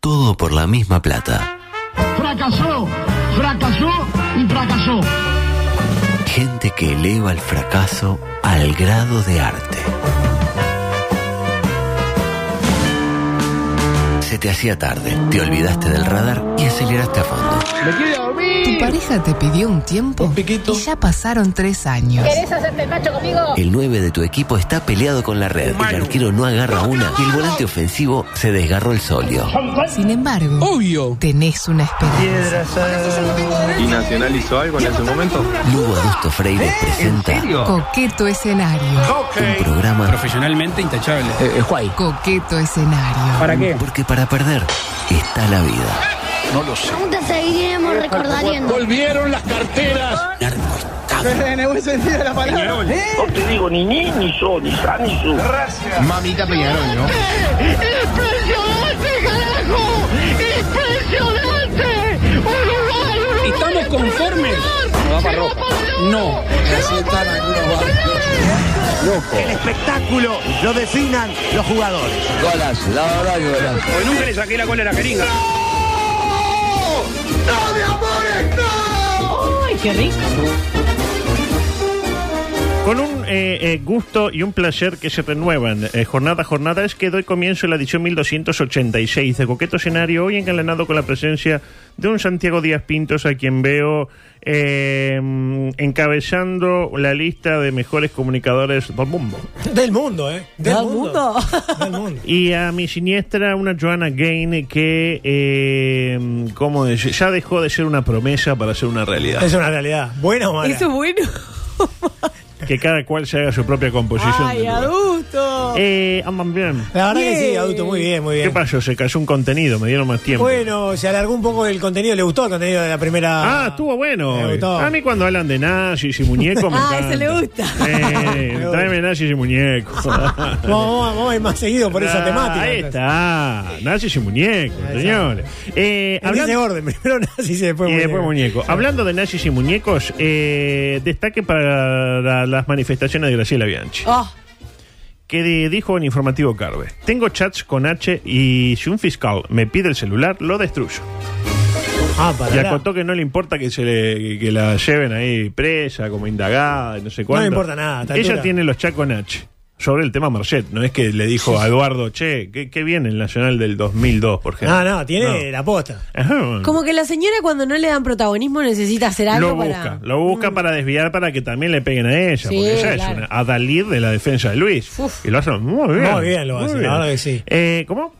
todo por la misma plata. Fracasó, fracasó y fracasó. Gente que eleva el fracaso al grado de arte. Se te hacía tarde, te olvidaste del radar y aceleraste a fondo. ¡Me quiero Tu dormir! pareja te pidió un tiempo piquito. y ya pasaron tres años. ¿Querés hacerte el macho conmigo? El 9 de tu equipo está peleado con la red, el arquero no agarra una y el volante ofensivo se desgarró el solio. Sin embargo, Obvio. tenés una esperanza. ¿Y Nacional hizo algo en ese momento? Lugo Augusto Freire presenta Coqueto escenario. un programa Profesionalmente intachable. Coqueto escenario. porque para perder está la vida. Aún te seguiremos recordando. Volvieron las carteras. Mamita Peñarol, ¿no? ¡Impresionante, carajo! ¡Impresionante! ¡Uruguay, Uruguay! ¿Estamos conformes? No va para ropa. No. El espectáculo lo definan los jugadores. Porque nunca le saqué la cola a la jeringa. Con un eh, eh, gusto y un placer que se renuevan eh, jornada a jornada es que doy comienzo a la edición 1286 de Coqueto Escenario, hoy engalanado con la presencia de un Santiago Díaz Pintos a quien veo eh, encabezando la lista de mejores comunicadores del mundo. Del mundo, ¿eh? Del, mundo. Del mundo. Y a mi siniestra una Joanna Gain que, eh, ¿cómo decir? Ya dejó de ser una promesa para ser una realidad. Es una realidad. Buena o mala. Eso es bueno. Que cada cual se haga su propia composición. Ay, del lugar. adulto. eh, andan bien. La verdad que sí, Bien. adulto, muy bien, muy bien. ¿Qué pasó? Se cayó un contenido, me dieron más tiempo. Bueno, se alargó un poco el contenido, le gustó el contenido de la primera. Ah, estuvo bueno. Me hoy. gustó. A mí cuando hablan de nazis y muñecos me Ah, encanta. ese le gusta. Eh, gusta. tráeme nazis y muñecos. Vamos, vamos, vamos a ir más seguido por esa Ah, temática. Ahí está. Nazis y muñecos, señores. Eh, En ese hablando- orden, primero nazis y después Y después muñeco. Hablando de nazis y muñecos, eh, destaque para la- las manifestaciones de Graciela Bianchi. Ah, que de- dijo en Informativo Carve. Tengo chats con H y si un fiscal me pide el celular, lo destruyo. Ah, para. Y pará. acotó que no le importa que se le- que la lleven ahí presa, como indagada, no sé cuánto. le importa nada, a esta Ella altura. tiene los chats con H. Sobre el tema Marchet, no es que le dijo a Eduardo, che, qué, qué bien el Nacional del 2002, por ejemplo. Ah, No, no, tiene la posta. Ajá. como que la señora cuando no le dan protagonismo necesita hacer algo Lo busca, para. Mm. lo busca para desviar para que también le peguen a ella, Sí, porque ella es claro. una adalid de la defensa de Luis. Uf. Y lo hacen muy bien. Muy bien lo hacen, la verdad que sí. Eh, ¿Cómo?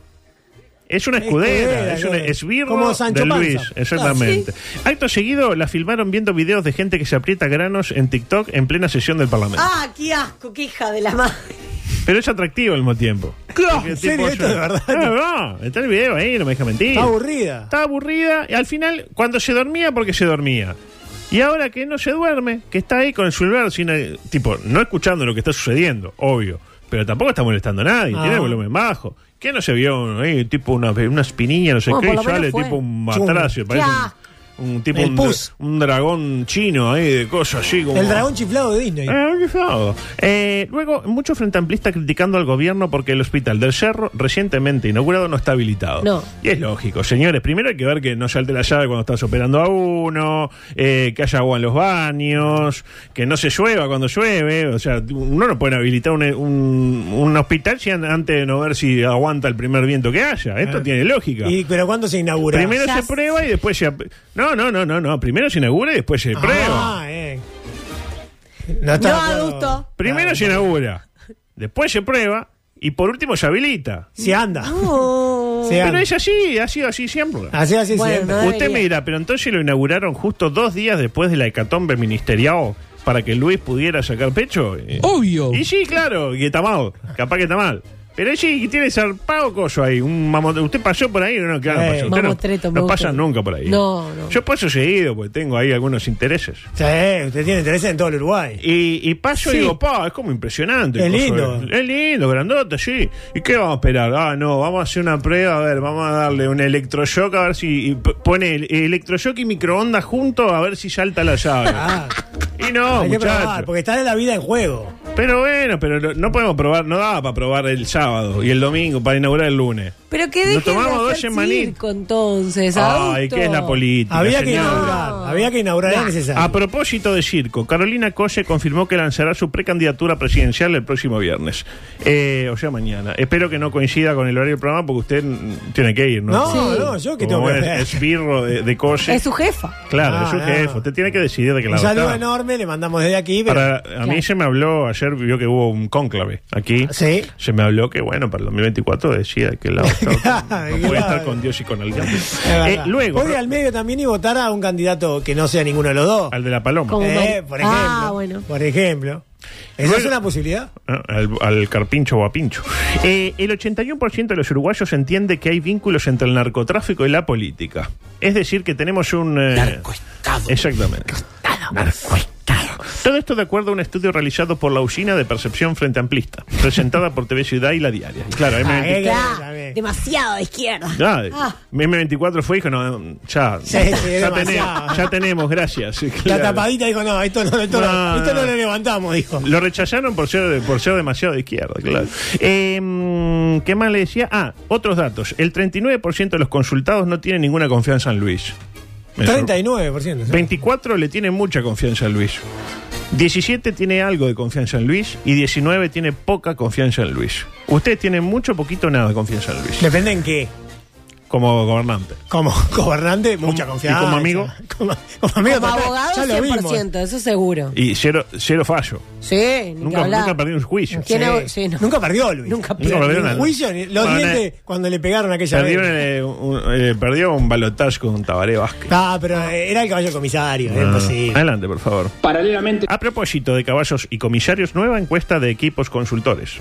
Es una escudera, Escudera, es, una claro. esbirro Como Sancho de Panza. Ah, Luis, exactamente. Acto seguido la filmaron viendo videos de gente que se aprieta granos en TikTok en plena sesión del Parlamento. Ah, qué asco, qué hija de la madre. Pero es atractivo al mismo tiempo. Porque ¿En tipo, serio esto yo- de verdad? Ah, no, está el video ahí, no me deja mentir. Está aburrida. Estaba aburrida y al final, cuando se dormía, porque se dormía. Y ahora que no se duerme, que está ahí con el celular, sin, eh, tipo, no escuchando lo que está sucediendo, obvio. Pero tampoco está molestando a nadie, Ah. tiene el volumen bajo. ¿Qué no se vio ahí? Tipo una, una espinilla, no sé Bueno, qué, por y lo menos sale fue. tipo un Chungo. batracio, parece Ya. un, un tipo El un, pus. un dragón chino ahí de cosas así como. El dragón chiflado de Disney. Eh, qué feo. Eh, luego, muchos frente amplistas criticando al gobierno porque el hospital del Cerro, recientemente inaugurado, no está habilitado. No. Y es lógico, señores. Primero hay que ver que no salte la llave cuando estás operando a uno, eh, que haya agua en los baños, que no se llueva cuando llueve. O sea, uno no puede habilitar un, un- un hospital si an- antes de no ver si aguanta el primer viento que haya. Esto tiene lógica. Ah. Y, pero ¿cuándo se inaugura? Primero Ya se sé. prueba y después se... ap- No, no, no, no, no. Primero se inaugura y después se prueba. Ah, eh. No está. No, de acuerdo. adulto. Primero se inaugura, después se prueba y por último se habilita. Se anda. No. Se Pero anda. es así, ha sido así siempre. Así, así Bueno, siempre. no Usted debería. me dirá, pero entonces lo inauguraron justo dos días después de la hecatombe ministerial para que Luis pudiera sacar pecho. Eh, Obvio. Y sí, claro, y está mal, capaz que está mal. Pero sí, y tiene zarpado coso ahí. Un mamot- ¿Usted pasó por ahí? No, no, claro, Eh. pasó. Usted no- Mamotreto, no, me gusta. pasa nunca por ahí. No, no. Yo paso seguido porque tengo ahí algunos intereses. Sí, usted tiene interés en todo el Uruguay. Y, y paso y Sí. digo, pa, es como impresionante. el Es coso. lindo. Es lindo, grandote, sí. ¿Y qué vamos a esperar? Ah, no, vamos a hacer una prueba, a ver, vamos a darle un electroshock, a ver si y p- pone el- electroshock y microondas juntos, a ver si salta la llave. Ah, Y no, hay que probar, muchachos. porque está la vida en juego. Pero bueno, pero no- no podemos probar, no daba para probar el sábado y el domingo para inaugurar el lunes. Pero que Nos dejen de tomamos dos hacer semanit. circo entonces, Ay, adulto. ¿qué es la política? Había que señor? inaugurar, había que inaugurar, era necesario. A propósito de circo, Carolina Cose confirmó que lanzará su precandidatura presidencial el próximo viernes. Eh, o sea, mañana. Espero que no coincida con el horario del programa porque usted mm, tiene que ir, ¿no? No, Sí. no, yo que tengo Como que es- hacer. Es birro de, de Cose. Es su jefa. Claro, No, es su no. jefe. Usted tiene que decidir de qué Un lado saludo está. enorme, le mandamos desde aquí. Pero Para- a mí se me habló, ayer vio que hubo un cónclave aquí. Sí. Se me habló que, bueno, para el 2024 decía que la otra Claro, no puede claro. estar con Dios y con el diablo. es verdad. Eh, luego, Puede ir al medio también y votar a un candidato que no sea ninguno de los dos. al de la paloma. Como Eh, Mari- por ejemplo. Ah, bueno. Por ejemplo. ¿Esa Luego- es una posibilidad? Ah, Al, al carpincho o a pincho. Eh, el 81% de los uruguayos entiende que hay vínculos entre el narcotráfico y la política. Es decir, que tenemos un... eh, Exactamente. Todo esto de acuerdo a un estudio realizado por la usina de percepción frente amplista, presentada por TV Ciudad y La Diaria. Y claro, Ah, M24, eh, Claro, también. demasiado de izquierda. Ah, Ah. M24 fue y dijo, no, ya, Sí, sí, ya, demasiado. tenemos, ya tenemos, gracias. La Claro. tapadita dijo, no, esto no, esto no, No, esto no no. lo levantamos, dijo. Lo rechazaron por ser, por ser demasiado de izquierda, claro. Eh, ¿Qué más le decía? Ah, otros datos. El 39% de los consultados no tiene ninguna confianza en Luis. Me sor- 39%. ¿sí? 24 le tiene mucha confianza en Luis. 17 tiene algo de confianza en Luis y 19 tiene poca confianza en Luis. Ustedes tienen mucho, poquito, nada de confianza en Luis. Depende en qué. Como gobernante. Como gobernante, mucha confianza. y como amigo? Como, como amigo, Como total, abogado, ya lo vimos. 100%, eso seguro. Y cero, cero fallo. Sí, ni que Nunca, hablar. nunca perdí un juicio. ¿Quién es- Sí, sí, no. Nunca perdió Luis. Nunca perdió. Nunca perdió Ni nada. en juicio, ni- los Bueno, eh, dientes cuando le pegaron aquella Perdió, vez. eh, un, eh, perdió un balotaje con Tabaré Vázquez. Ah, pero eh, era el caballo comisario, Ah. era imposible. Adelante, por favor. Paralelamente. A propósito de caballos y comisarios, nueva encuesta de equipos consultores.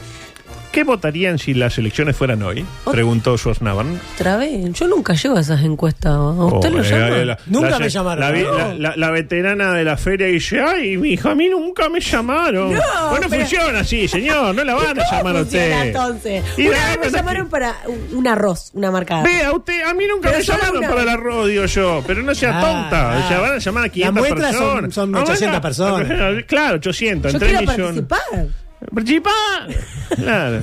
¿Qué votarían si las elecciones fueran hoy? Preguntó Suaznaban. Otra vez, yo nunca llego a esas encuestas. ¿A usted lo Oh, eh, llama? eh, la- Nunca la- me llamaron. La, vi- No. la- la- la veterana de la feria dice, ay, mi hija, a mí nunca me llamaron. No, bueno, pero- funciona así, señor, no la van a ¿Cómo llamar a funciona, usted. entonces? Y Una la- vez me llamaron para un- un arroz, una marcada. Vea usted, a mí nunca Pero me yo la llamaron una para vez. el arroz, digo yo. Pero no sea Ah, tonta, ah. o sea, van a llamar a 500 muestra son- personas. son Ah, 800 bueno, personas. Claro, 800, Yo en 3 quiero millones. participar. ¡Participá! Claro.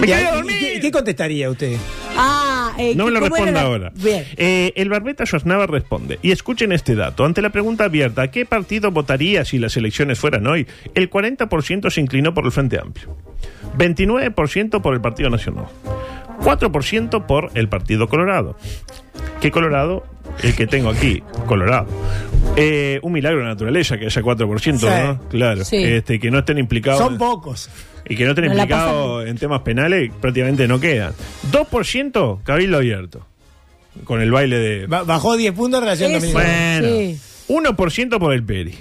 ¡Me ¿Y, quedé a ahí- dormir! y qué- y qué contestaría usted? Ah, eh, No me lo ¿cómo era responda la- ahora. Bien. Eh, el Barbeta Sosnava responde, y escuchen este dato, ante la pregunta abierta, ¿a ¿qué partido votaría si las elecciones fueran hoy? El 40% se inclinó por el Frente Amplio, 29% por el Partido Nacional, 4% por el Partido Colorado. ¿Qué Colorado? El que tengo aquí, Colorado. Eh, un milagro de la naturaleza que haya 4%, Sí. ¿no? Claro. Sí. Este, que no estén implicados. Son pocos. Y que no estén No la implicados en temas penales prácticamente no quedan. 2% cabildo abierto. Con el baile de... Ba- Bajó 10 puntos en relación Eso. a Dominicana. Bueno. Sí. 1% por el PERI.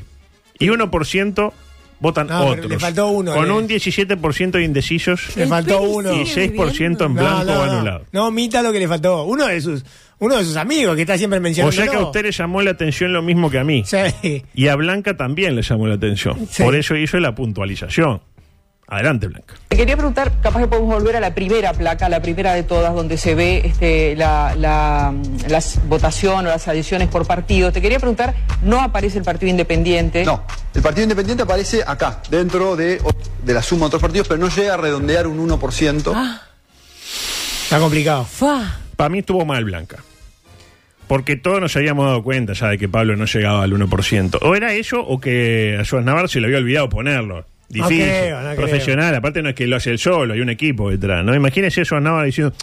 Y 1% votan No, pero otros. le faltó uno, Con eh. un 17% de indecisos Le faltó Peri uno. sigue y 6% en viviendo. blanco o no, anulado. No, mita lo que le faltó. Uno de sus, uno de sus amigos que está siempre O mencionando. sea que a usted le llamó la atención lo mismo que a mí. Sí. Y a Blanca también le llamó la atención. Sí. Por eso hizo la puntualización. Adelante, Blanca. Te quería preguntar, capaz que podemos volver a la primera placa, la primera de todas, donde se ve este, la, la, la votación o las adiciones por partido. Te quería preguntar, ¿no aparece el Partido Independiente? No, el Partido Independiente aparece acá, dentro de, de la suma de otros partidos, pero no llega a redondear un 1%. Está complicado. Fa. Para mí estuvo mal Blanca. Porque todos nos habíamos dado cuenta ya de que Pablo no llegaba al 1%. O era eso o que a Suárez Navarro se le había olvidado ponerlo. No Difícil, creo, no creo. profesional. Aparte no es que lo hace él solo, hay un equipo detrás. ¿no? Imagínese a Suárez Navarro diciendo...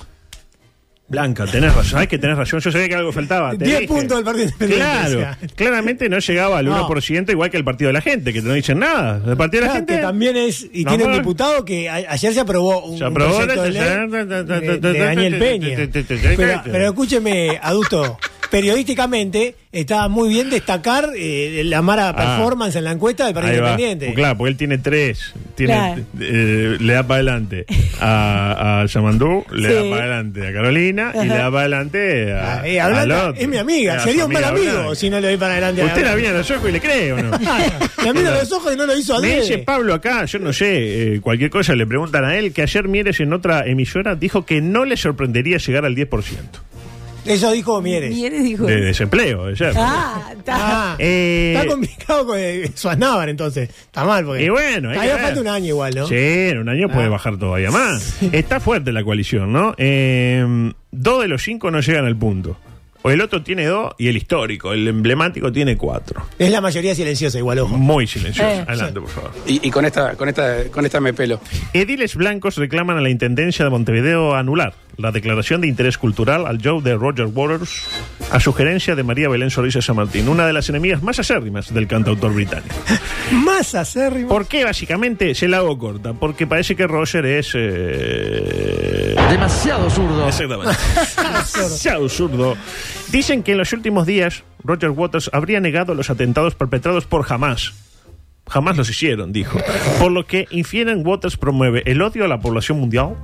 Blanca, tenés razón, sabés que tenés razón, yo sabía que algo faltaba. te 10 dije". puntos del Partido Independiente, o Claro, sea. claramente no llegaba al No. 1%, igual que el partido de la gente, que no dicen nada. El partido de la Claro, gente. Ah, que también es. Y No, tiene un bueno. diputado que a- ayer se aprobó un, Se un aprobó, proyecto de se- ley de, de Daniel Peña. Pero, pero escúcheme, adulto. Periodísticamente está muy bien destacar eh, la mala Ah. performance en la encuesta del Partido Ahí va. Independiente. Pues Claro, porque él tiene tres. Tiene, Claro. eh, le da para adelante a, a Yamandú, le da Sí. para adelante a Carolina y le da para adelante a. Ah, eh, al Blanca otro. es mi amiga, A su sería un mal amiga amigo Blanca. si no le doy para adelante. a Usted la Blanca. mira a los ojos y le cree, ¿o no? La miro a los ojos y no lo hizo Me adrede. dice Pablo acá, yo no sé, eh, cualquier cosa le preguntan a él, que ayer Mieres en otra emisora dijo que no le sorprendería llegar al 10%. Eso dijo Mieres. Mieres dijo De desempleo, de ser. Ah, está. Eh, Está complicado con eh, Suaznávar, entonces. Está mal, porque. Y bueno, hay Todavía que ver. falta un año igual, ¿no? Ah. Sí, en un año puede bajar todavía más. Está fuerte la coalición, ¿no? Eh, dos de los cinco no llegan al punto. O el otro tiene dos y el histórico, el emblemático, tiene cuatro. Es la mayoría silenciosa, igual, ojo. Muy silencioso. Eh. Adelante, por favor. Y, y con esta, con esta, con esta me pelo. Ediles blancos reclaman a la Intendencia de Montevideo anular la declaración de interés cultural al show de Roger Waters a sugerencia de María Belén Solís de San Martín, una de las enemigas más acérrimas del cantautor británico. Más acérrimo. ¿Por qué? Básicamente se la hago corta, porque parece que Roger es... eh, Demasiado zurdo. Exactamente. Demasiado zurdo. Dicen que en los últimos días Roger Waters habría negado los atentados perpetrados por Hamas. Jamás los hicieron, dijo. Por lo que infieren Waters promueve el odio a la población mundial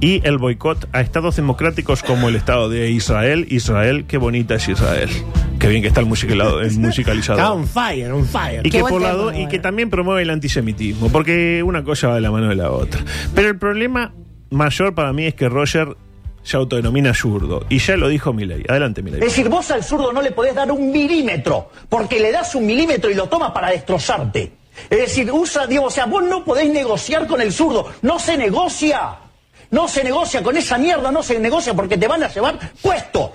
y el boicot a estados democráticos como el Estado de Israel. Israel, qué bonita es Israel. Qué bien que está el, musicalado- el Está musicalizador. on fire, on fire. Y que, por la do- y que también promueve el antisemitismo, porque una cosa va de la mano de la otra. Pero el problema mayor para mí es que Roger se autodenomina zurdo. Y ya lo dijo Milei. Adelante, Milei. Es decir, vos al zurdo no le podés dar un milímetro, porque le das un milímetro y lo toma para destrozarte. Es decir, usa, digo, o sea, vos no podés negociar con el zurdo, no se negocia. No se negocia con esa mierda, no se negocia porque te van a llevar puesto.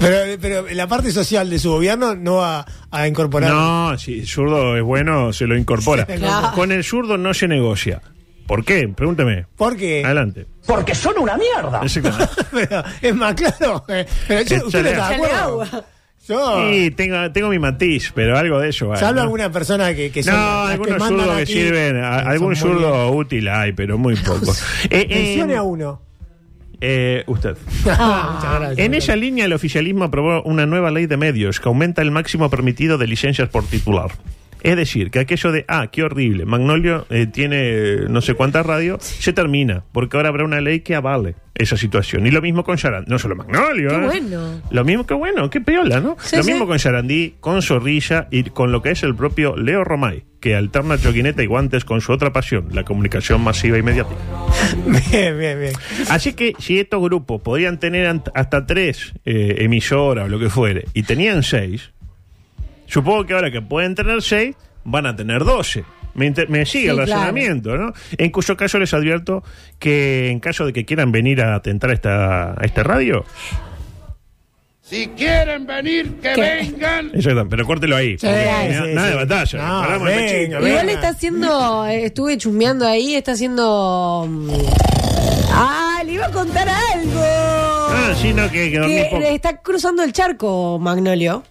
Pero, pero la parte social de su gobierno no va a incorporar. No, si el zurdo es bueno, se lo incorpora. Se lo incorpora. Con el zurdo no se negocia. ¿Por qué? Pregúntame. ¿Por qué? Adelante. Porque son una mierda. Exactamente. Pero es más claro. eh. Pero yo- usted no Échale está de agua. acuerdo. Yo. Y tengo, tengo mi matiz, pero algo de eso. hay, Salvo ¿no? alguna persona que, que son no, las algunos mandan zurdos que aquí, sirven, a- son algún muy bien. zurdo útil hay, pero muy poco. Eh, eh, Mencione a uno. eh, usted. Ah. Muchas gracias. En esa línea, el oficialismo aprobó una nueva ley de medios que aumenta el máximo permitido de licencias por titular. Es decir, que aquello de, ah, qué horrible, Magnolio eh, tiene eh, no sé cuántas radios, se termina, porque ahora habrá una ley que avale esa situación. Y lo mismo con Sarandí, no solo Magnolio. Qué ¿eh? bueno. Lo mismo que bueno, qué piola, ¿no? Sí, lo sí. mismo con Sarandí, con Zorrilla y con lo que es el propio Leo Romay, que alterna choquineta y guantes con su otra pasión, la comunicación masiva y mediática. Bien, bien, bien. Así que si estos grupos podían tener ant- hasta tres eh, emisoras o lo que fuere, y tenían seis, supongo que ahora que pueden tener seis, van a tener doce. Me, inter- me sigue Sí, el claro. razonamiento, ¿no? En cuyo caso les advierto que en caso de que quieran venir a atentar a esta, a esta radio, Si quieren venir, que vengan. eso es- pero córtelo ahí. Sí, porque, sí, na- sí. nada de batalla. No, Paramos de venga, pechín. venga. Igual está haciendo. eh, Estuve chusmeando ahí, está haciendo. mm, ¡Ah! Le iba a contar algo. Ah, sí, no, que, que dormí que poco. le está cruzando el charco Magnolio.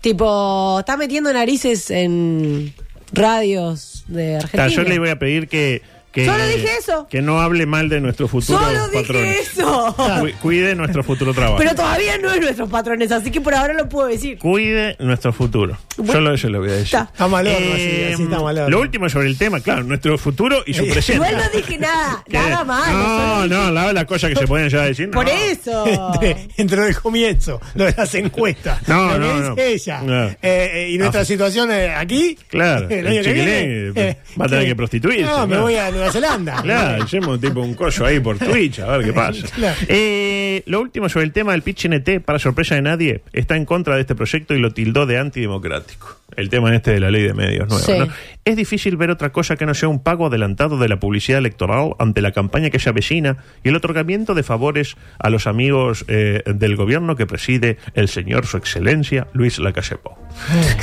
Tipo, está metiendo narices en radios de Argentina. Ta, yo le voy a pedir que... que- Solo dije eso. Que no hable mal de nuestro futuro Solo dije eso. Cuide nuestro futuro trabajo. Pero todavía no es nuestros patrones, así que por ahora lo puedo decir. cuide nuestro futuro. Bueno. Solo eso lo voy a decir. Está. Está mal horno, así, Eh, así está mal horno. lo último sobre el tema, claro, nuestro futuro y su presente. Igual no dije nada, Que- nada más. No, no, la, las cosas que se pueden ya decir. no. Este. Por eso. Entre, entre el comienzo, lo de las encuestas, No, lo que no, dice no. ella No. eh, eh, y nuestra Ah, situación eh, aquí. Claro, el el año que chiquilín, viene, eh, va a tener que prostituirse, No, me claro. voy a Nueva Zelanda. Claro, hicimos tipo un collo ahí por Twitch, a ver qué pasa. Claro. Eh, lo último sobre el tema del pitch NT, para sorpresa de nadie, está en contra de este proyecto y lo tildó de antidemocrático. El tema este de la ley de medios nueva, Sí. ¿no? Es difícil ver otra cosa que no sea un pago adelantado de la publicidad electoral ante la campaña que se avecina y el otorgamiento de favores a los amigos eh, del gobierno que preside el señor, su excelencia, Luis Lacalle Pou.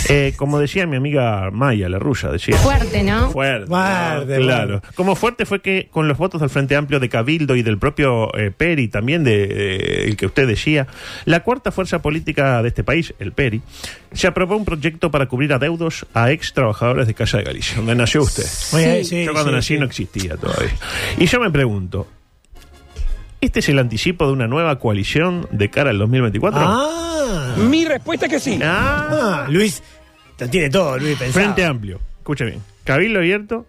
Eh, como decía mi amiga Maya, la rusa, decía... Fuerte, ¿no? Fuerte. Fuerte, claro. Como fuerte fue que con los votos del Frente Amplio de Cabildo y del propio eh, Peri, también de eh, el que usted decía, la cuarta fuerza política de este país, el Peri, se aprobó un proyecto para cubrir adeudos a ex trabajadores de Casa de Galicia, donde nació usted. Oye, sí, yo cuando sí, nací sí. no existía todavía. Y yo me pregunto, ¿este es el anticipo de una nueva coalición de cara al 2024? Ah, Mi respuesta es que sí. Ah. ah, Luis, lo tiene todo, Luis, pensado. Frente Amplio. Escucha bien. Cabildo abierto,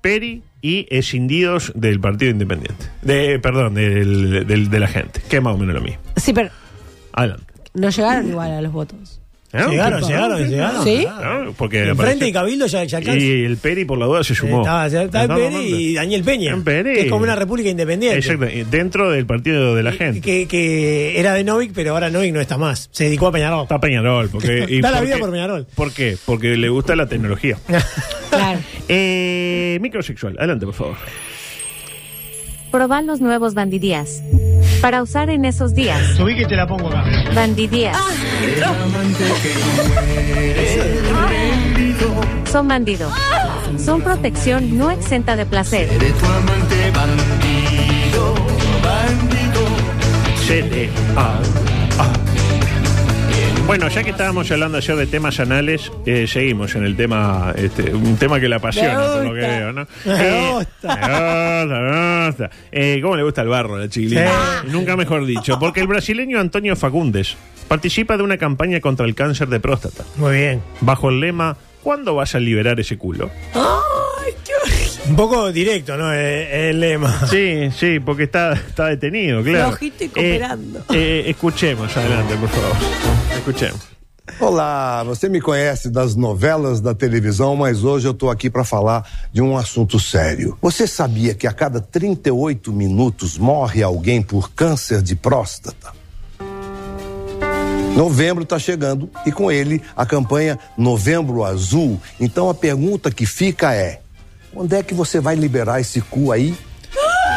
Peri y escindidos del Partido Independiente. De, perdón, del, del- de la gente. Que es más o menos lo mismo. Sí, pero Adelante. ¿Eh? no llegaron igual a los votos. Llegaron, llegaron, llegaron. ¿Sí? Claro, porque Enfrente apareció- de Cabildo ya, ya alcanza. Y el Peri, por la duda, se sumó. Estaba, estaba el Estaba Peri mamando. y Daniel Peña. El Peri. Que es como una república independiente. Exacto, eh, dentro del partido de la gente. Que, que era de Novik, pero ahora Novik no está más. Se dedicó a Peñarol. Está Peñarol. Porque, y da la por vida qué- por Peñarol. ¿Por qué? Porque le gusta la tecnología. Claro. Eh, microsexual, adelante, por favor. Probá los nuevos bandidías. Para usar en esos días. Subí que te la pongo acá. Bandidías. Son bandido. Son protección no exenta de placer. CDA. Bueno, ya que estábamos hablando ayer de temas anales, eh, seguimos en el tema, este, un tema que le apasiona, por lo que gusta. veo, ¿no? Me Eh, me gusta, me gusta. Eh, ¿Cómo le gusta el barro a la chiquilina? Nunca mejor dicho, porque el brasileño Antonio Facundes participa de una campaña contra el cáncer de próstata, Muy bien. bajo el lema ¿Cuándo vas a liberar ese culo? Un poco directo, ¿no? Eh, El lema. Sí, sí, porque está, está detenido, claro. Flojito y cooperando. Eh, escuchemos, adelante, por favor. Escuchemos. Olá, você me conhece das novelas da televisão, mas hoje eu estou aqui para falar de um assunto sério. Você sabia que a cada 38 minutos morre alguém por câncer de próstata? Novembro está chegando e com ele a campanha Novembro Azul. Então a pergunta que fica é: onde é que você vai liberar esse cu aí?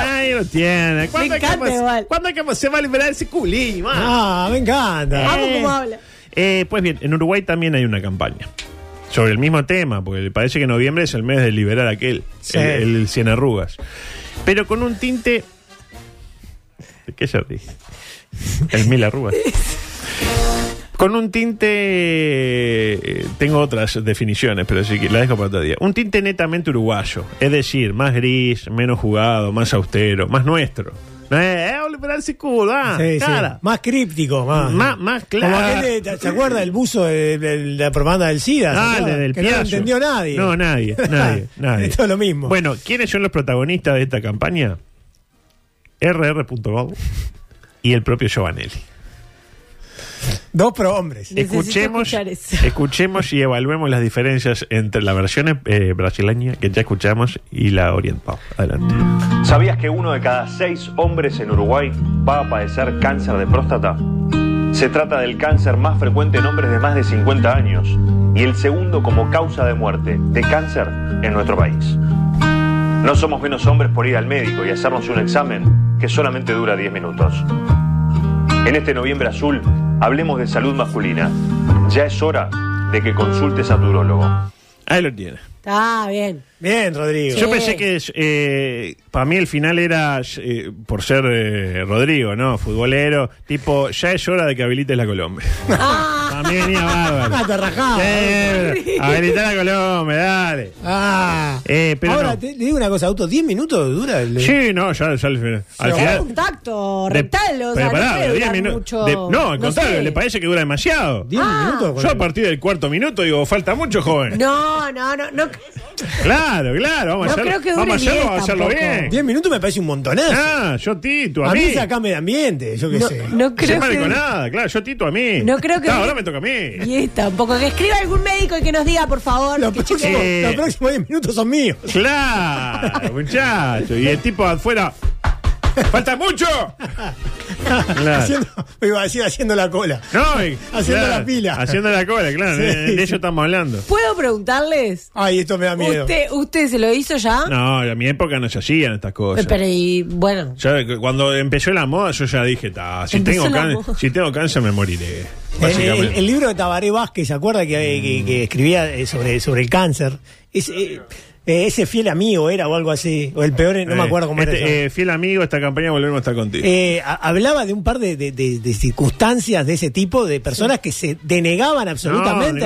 Ahí lo tiene. ¿Cuándo, Me es que encanta vos- igual. ¿cuándo es que você va a liberar ese culín? Ah, me encanta. Vamos como habla. pues bien, en Uruguay también hay una campaña sobre el mismo tema, porque parece que noviembre es el mes de liberar aquel, Sí. el, el cien arrugas. Pero con un tinte. ¿De qué se ríe? El mil arrugas. Con un tinte. eh, Tengo otras definiciones, pero sí que las dejo para otro día. Un tinte netamente uruguayo. Es decir, más gris, menos jugado, más austero, más nuestro. No es, eh, liberar ese culo, ah, Sí, sí. cara. Más críptico, más. Más- más claro. Como aquel de- ¿Se acuerda del buzo de, de- de la propaganda del SIDA? ¿se Ah, acuerda? el del que no lo Piazzo. entendió nadie. No, nadie, nadie, nadie. Esto es lo mismo. Bueno, ¿quiénes son los protagonistas de esta campaña? RR.gov y el propio Giovanelli. Dos pro hombres. Escuchemos, escuchemos y evaluemos las diferencias entre la versión eh, brasileña que ya escuchamos y la oriental. Adelante. ¿Sabías que uno de cada seis hombres en Uruguay va a padecer cáncer de próstata? Se trata del cáncer más frecuente en hombres de más de 50 años y el segundo como causa de muerte de cáncer en nuestro país. No somos menos hombres por ir al médico y hacernos un examen que solamente dura 10 minutos. En este noviembre azul hablemos de salud masculina. Ya es hora de que consultes a tu urólogo. Ahí lo tiene. Está bien. Bien, Rodrigo. Yo pensé que eh, para mí el final era, eh, por ser eh, Rodrigo, ¿no? Futbolero, tipo, ya es hora de que habilites la Colombia. Ah. para mí venía bárbaro. Ah, te rajaba. Eh, habilitar la Colombia, dale. Ah. Eh, pero Ahora, no. te- le digo una cosa, Auto, 10 minutos dura. el- Sí, no, ya, ya al final. al Pero final- es un tacto de- rectal, o sea, pero pará, no puede de 10 durar minu- mucho. de- no, al contrario, sé. le parece que dura demasiado. 10 minutos. Ah. Yo a partir del cuarto minuto digo, falta mucho, joven. No, no, no, no. Claro, claro, vamos a No hacerlo. creo que dure vamos a hacerlo, 10 vamos a hacerlo tampoco. bien. 10 minutos me parece un montonazo. Ah, yo Tito, a, a mí mí. es acá medio ambiente, yo qué No, sé. no creo Se marcó que- nada, claro, yo Tito a mí. No creo que- No, ahora me toca a mí. Y es tampoco. Que escriba algún médico y que nos diga, por favor. Los que próximos, chequee. los próximos 10 minutos son míos. Claro, muchacho. Y el tipo afuera. ¡Falta mucho! Haciendo, me iba a decir haciendo la cola. No, y- Haciendo claro, la pila. Haciendo la cola, claro. Sí. De, de eso estamos hablando. ¿Puedo preguntarles? Ay, esto me da miedo. ¿Usted, usted se lo hizo ya? No, a mi época no se hacían estas cosas. Pero y bueno. Ya, que cuando empezó la moda, yo ya dije, "Ta, si, Empezó tengo la can- moda. si tengo cáncer me moriré. El, Básicamente. el- el libro de Tabaré Vázquez, ¿se acuerda que, que- que escribía eh, sobre, sobre el cáncer? Ese, eh, eh, ese fiel amigo era o algo así, o el peor, no me Eh, acuerdo cómo este, era. eso. eh, fiel amigo, esta campaña volvemos a estar contigo. Eh, ha- hablaba de un par de, de- de- de circunstancias de ese tipo, de personas que se denegaban absolutamente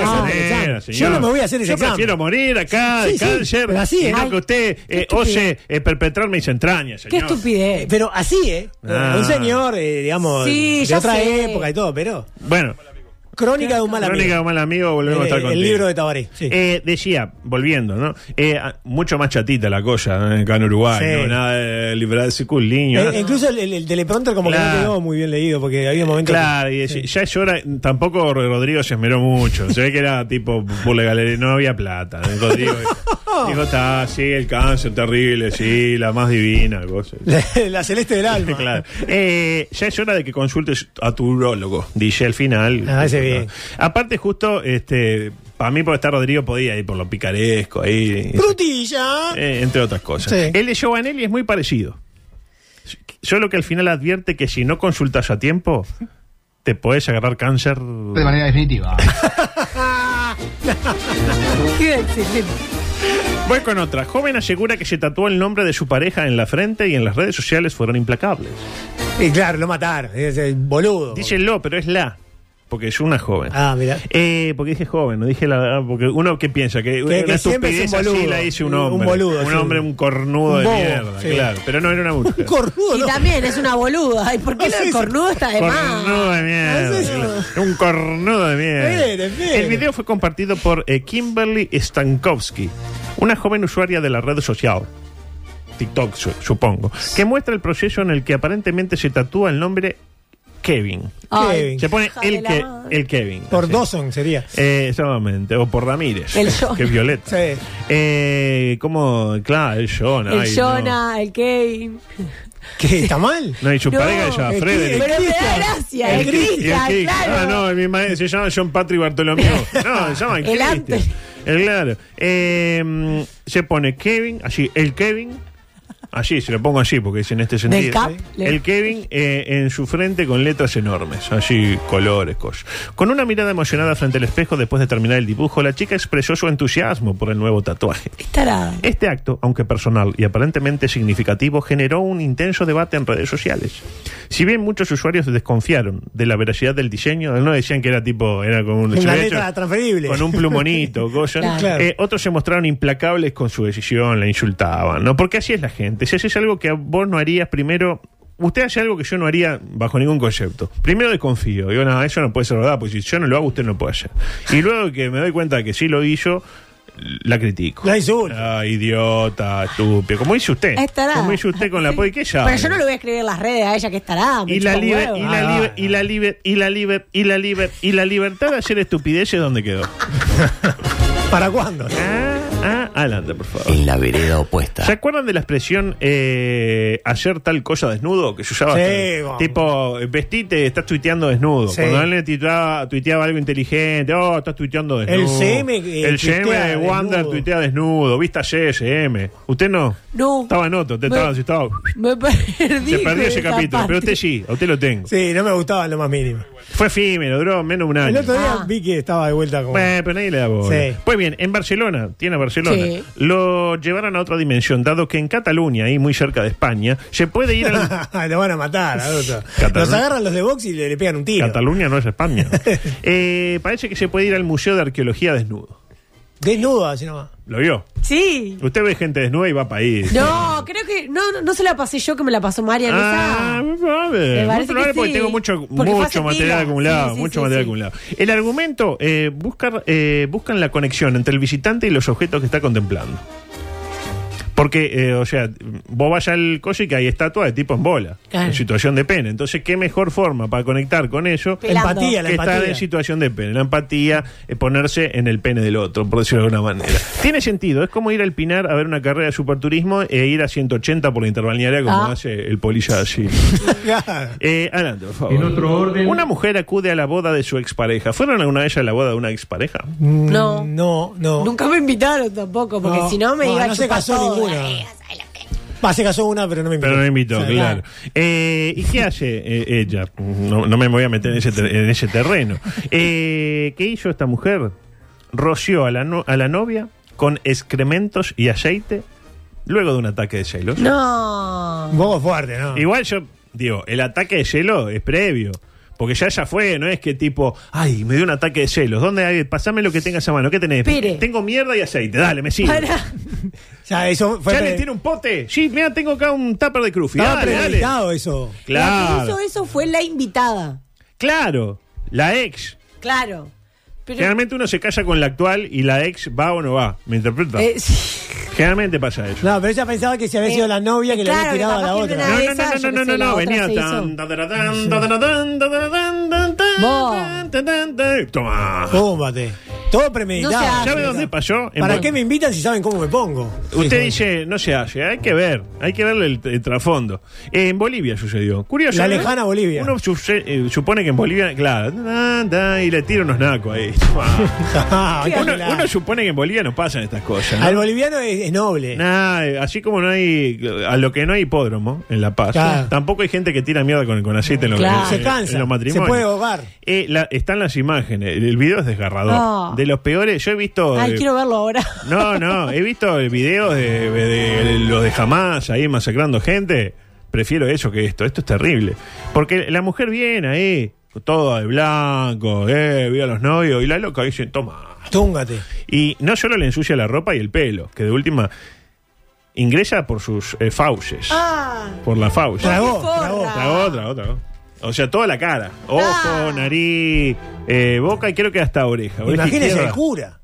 No, de a hacer ninguna el examen. manera, Yo señor. no me voy a hacer ese Yo examen. prefiero morir acá de Sí, sí, cáncer. pero así, y ¿eh? no Ay, que usted eh, ose eh, perpetrar mis entrañas, Qué señor. estupidez. Pero así, ¿eh? Ah. Un señor, eh, digamos, Sí, de ya otra sé. época y todo, pero. Bueno, Crónica de un mal amigo. Crónica de un mal amigo, volvemos El- a estar Eh, el contigo. libro de Tabaré, sí. Eh, decía, volviendo, ¿no? Eh, a- mucho más chatita la cosa ¿no? acá en Uruguay, Sí. ¿no? Nada de liberarse con niño. Eh, incluso el, el- el teleprompter como que Claro. no quedó muy bien leído porque había momentos Claro, y decía, ya es hora, tampoco Rodrigo se esmeró mucho, se ve que era tipo por la galería, no había plata. ¿no? Rodrigo dijo, dijo, está, sí, el cáncer terrible, sí, la más divina, cosa. que- la celeste del alma. Claro. Eh, ya es hora de que consultes a tu urologo, dice al final. Este, Ah, ese bien. Aparte, justo, este, para mí, por estar Rodrigo, podía ir por lo picaresco, ahí, Frutilla. eh, entre otras cosas. Sí. El de Giovanelli es muy parecido. Solo que al final advierte que si no consultas a tiempo, te podés agarrar cáncer. De manera definitiva. Voy con otra. Joven asegura que se tatuó el nombre de su pareja en la frente y en las redes sociales fueron implacables. Y claro, lo mataron. Es el boludo. Díselo, pero es la. Porque es una joven. Ah, mira. Eh, porque dije joven, no dije la. Porque uno que piensa que, una que siempre estupidez es un así boludo. la dice un Un- un hombre. boludo, sí. hombre, un cornudo Un de bobo, mierda, sí. claro. Pero no era una mujer. Y también es una boluda. ¿Y por qué lo de cornudo está de más? Cornudo de No sé mierda. Un cornudo de Bien, mierda. bien. El video fue compartido por eh, Kimberly Stankowski, una joven usuaria de la red social. TikTok, su- supongo. Que muestra el proceso en el que aparentemente se tatúa el nombre Kevin. Ay, Kevin. Se pone hija de el, la que, madre. el Kevin. Por así. Dawson sería. Eh, exactamente, o por Ramírez. El Jonah. Que es Violeta. Sí. Eh, como, claro, el Jonah. El ay, No. Jonah, el Kevin. ¿Qué? ¿Está mal? Eh, No, y su No, pareja se llama el Frederick. Pero me da gracia, eh, el, Chris- Cristian, y el Chris. claro. Ah, no, mi maestro se llama John Patrick Bartolomeo. No, se llama El Christian. Anthony. El claro. Eh, mm, se pone Kevin, así, el Kevin. Así, se lo pongo así porque es en este sentido. cap, le- el Kevin eh, en su frente con letras enormes, así, colores, cosas. Con una mirada emocionada frente al espejo después de terminar el dibujo, la chica expresó su entusiasmo por el nuevo tatuaje. Tarado. Este acto, aunque personal y aparentemente significativo, generó un intenso debate en redes sociales. Si bien muchos usuarios desconfiaron de la veracidad del diseño, no decían que era tipo, era con un, se La había letra hecho transferible. con un plumonito, cosa. Claro. Claro. Eh, otros se mostraron implacables con su decisión, la insultaban, ¿no? Porque así es la gente. Si haces algo que vos no harías primero. Usted hace algo que yo no haría bajo ningún concepto. Primero desconfío. Digo, no, eso no puede ser verdad, porque si yo no lo hago, usted no puede hacer. Y luego que me doy cuenta que sí lo hizo, la critico. La insulto. Ah, idiota, estúpido. Como dice usted. Es tarada. Como dice Eh, usted con la poe que ella. Pero yo no le voy a escribir en las redes a ella que estará. y la, libe, y, la libe, y Ah. la libe, y la libe, y la libe, y la libertad de hacer estupideces, ¿dónde quedó? ¿Para cuándo? Ah, adelante, por favor. En la vereda opuesta. ¿Se acuerdan de la expresión eh, hacer tal cosa desnudo? Que se usaba Sí, hasta- vamos. tipo, eh, vestite, estás tuiteando desnudo. Sí. Cuando alguien tuiteaba, tuiteaba algo inteligente, oh, estás tuiteando desnudo. El CM, eh, El CM de tuitea Wander desnudo. tuitea desnudo, vista CSM. Usted no. No. Estaba en otro, usted Me- estaba, estaba- Me perdí. se perdió ese esa capítulo, parte. pero usted sí, a usted lo tengo. Sí, no me gustaba en lo más mínimo. Fue efímero, duró menos de un año. El otro día vi que estaba de vuelta como. Ah. Bueno, pero nadie le da bola. Sí. Pues bien, en Barcelona, tiene a Barcelona, Sí. lo llevaron a otra dimensión, dado que en Cataluña, ahí muy cerca de España, se puede ir al... lo van a matar al otro. Cataluña. Los agarran los de box y le, le pegan un tiro. Cataluña no es España. Eh, parece que se puede ir al Museo de Arqueología desnudo. Desnudo, así nomás. ¿Lo vio? Sí. Usted ve gente desnuda y va para ahí. No, creo que. No, no, no se la pasé yo que me la pasó María Ah, a ver, Me muy parece probable que porque sí. tengo mucho, Porque fue hace mucho material pila. acumulado, Sí, sí, mucho sí, material sí. acumulado. El argumento eh, buscar, eh, buscan la conexión entre el visitante y los objetos que está contemplando. Porque, eh, o sea, vos vas al coche y que hay estatua de tipo en bola, Claro. en situación de pena. Entonces, ¿qué mejor forma para conectar con eso? Pelando. Empatía, la que estar empatía. en situación de pena. La empatía, eh, ponerse en el pene del otro, por decirlo de alguna manera. Tiene sentido, es como ir al Pinar a ver una carrera de superturismo e ir a 180 por la interbalnearia como Ah. hace el polilla así. Eh, adelante, por favor. En otro orden- Una mujer acude a la boda de su expareja. ¿Fueron alguna vez a la boda de una expareja? No. No, no. Nunca me invitaron tampoco, porque No, si no me no, iba a no se chupar casó todo. ninguna. Va, se casó una, pero no me invitó. Pero no me invitó, O sea, claro. Eh, ¿Y qué hace eh, ella? No, no me voy a meter en ese, ter- en ese terreno. Eh, ¿Qué hizo esta mujer? Roció a la, no- a la novia con excrementos y aceite luego de un ataque de celos. No. Un poco fuerte, ¿no? Igual yo digo, el ataque de celo es previo. Porque ya ya fue, no es que tipo, ay, me dio un ataque de celos. ¿Dónde hay? Pasame lo que tengas a mano. ¿Qué tenés? Pere. Tengo mierda y aceite. Dale, me sirve. Pará. Ya, eso fue. ¿Ya pre- le tiene un pote? Sí, mira, tengo acá un tupper de crufi. Estaba Dale, dale. premeditado eso. La que Claro. hizo eso fue la invitada. Claro. La ex. Claro. Pero- Generalmente uno se casa con la actual y la ex va o no va. ¿Me interpreta? Eh, Generalmente pasa eso. No, pero ella pensaba que Eh, se había sido la novia que le había claro, tirado a capaz la que otra. era una de esas, yo No, no, qué sé, no, la no, otra venía se hizo. tan. tadararán, tadararán, tadararán, tan, tan, tan, tan, tan, tan. Toma. Tómate. Todo premeditado. No se hace. ¿Sabe dónde pasó? En ¿Para Mon- qué me invitan si saben cómo me pongo? Usted dice, no se hace, hay que ver, hay que verle el, el trasfondo. En Bolivia sucedió. Curioso. La ¿no? lejana Bolivia. Uno suce- eh, supone que en Bolivia, claro, da, da, y le tira unos nacos ahí. uno, claro. uno supone que en Bolivia no pasan estas cosas. ¿no? Al boliviano es, es noble. Nah, eh, así como no hay, a lo que no hay hipódromo en La Paz, Claro. tampoco hay gente que tira mierda con, con aceite en, los- Claro. en- Se en cansa, los matrimonios. se puede ahogar. Eh, la- están las imágenes, el, el video es desgarrador. No. De los peores, yo he visto... Ay, eh, quiero verlo ahora. no, no, he visto eh, videos de, de- de los de Hamas ahí masacrando gente. Prefiero eso que esto, esto es terrible. Porque la mujer viene ahí, toda de blanco, eh, vi a los novios, y la loca dice, toma. Túngate. Y no solo le ensucia la ropa y el pelo, que de última ingresa por sus eh, fauces. Ah, Por la fauces. Tragó, Forra. tragó. Tragó, tragó, tragó. O sea, toda la cara. Ojo, Ah. nariz, eh, boca y creo que hasta oreja. oreja Imagínense el izquierda. cura.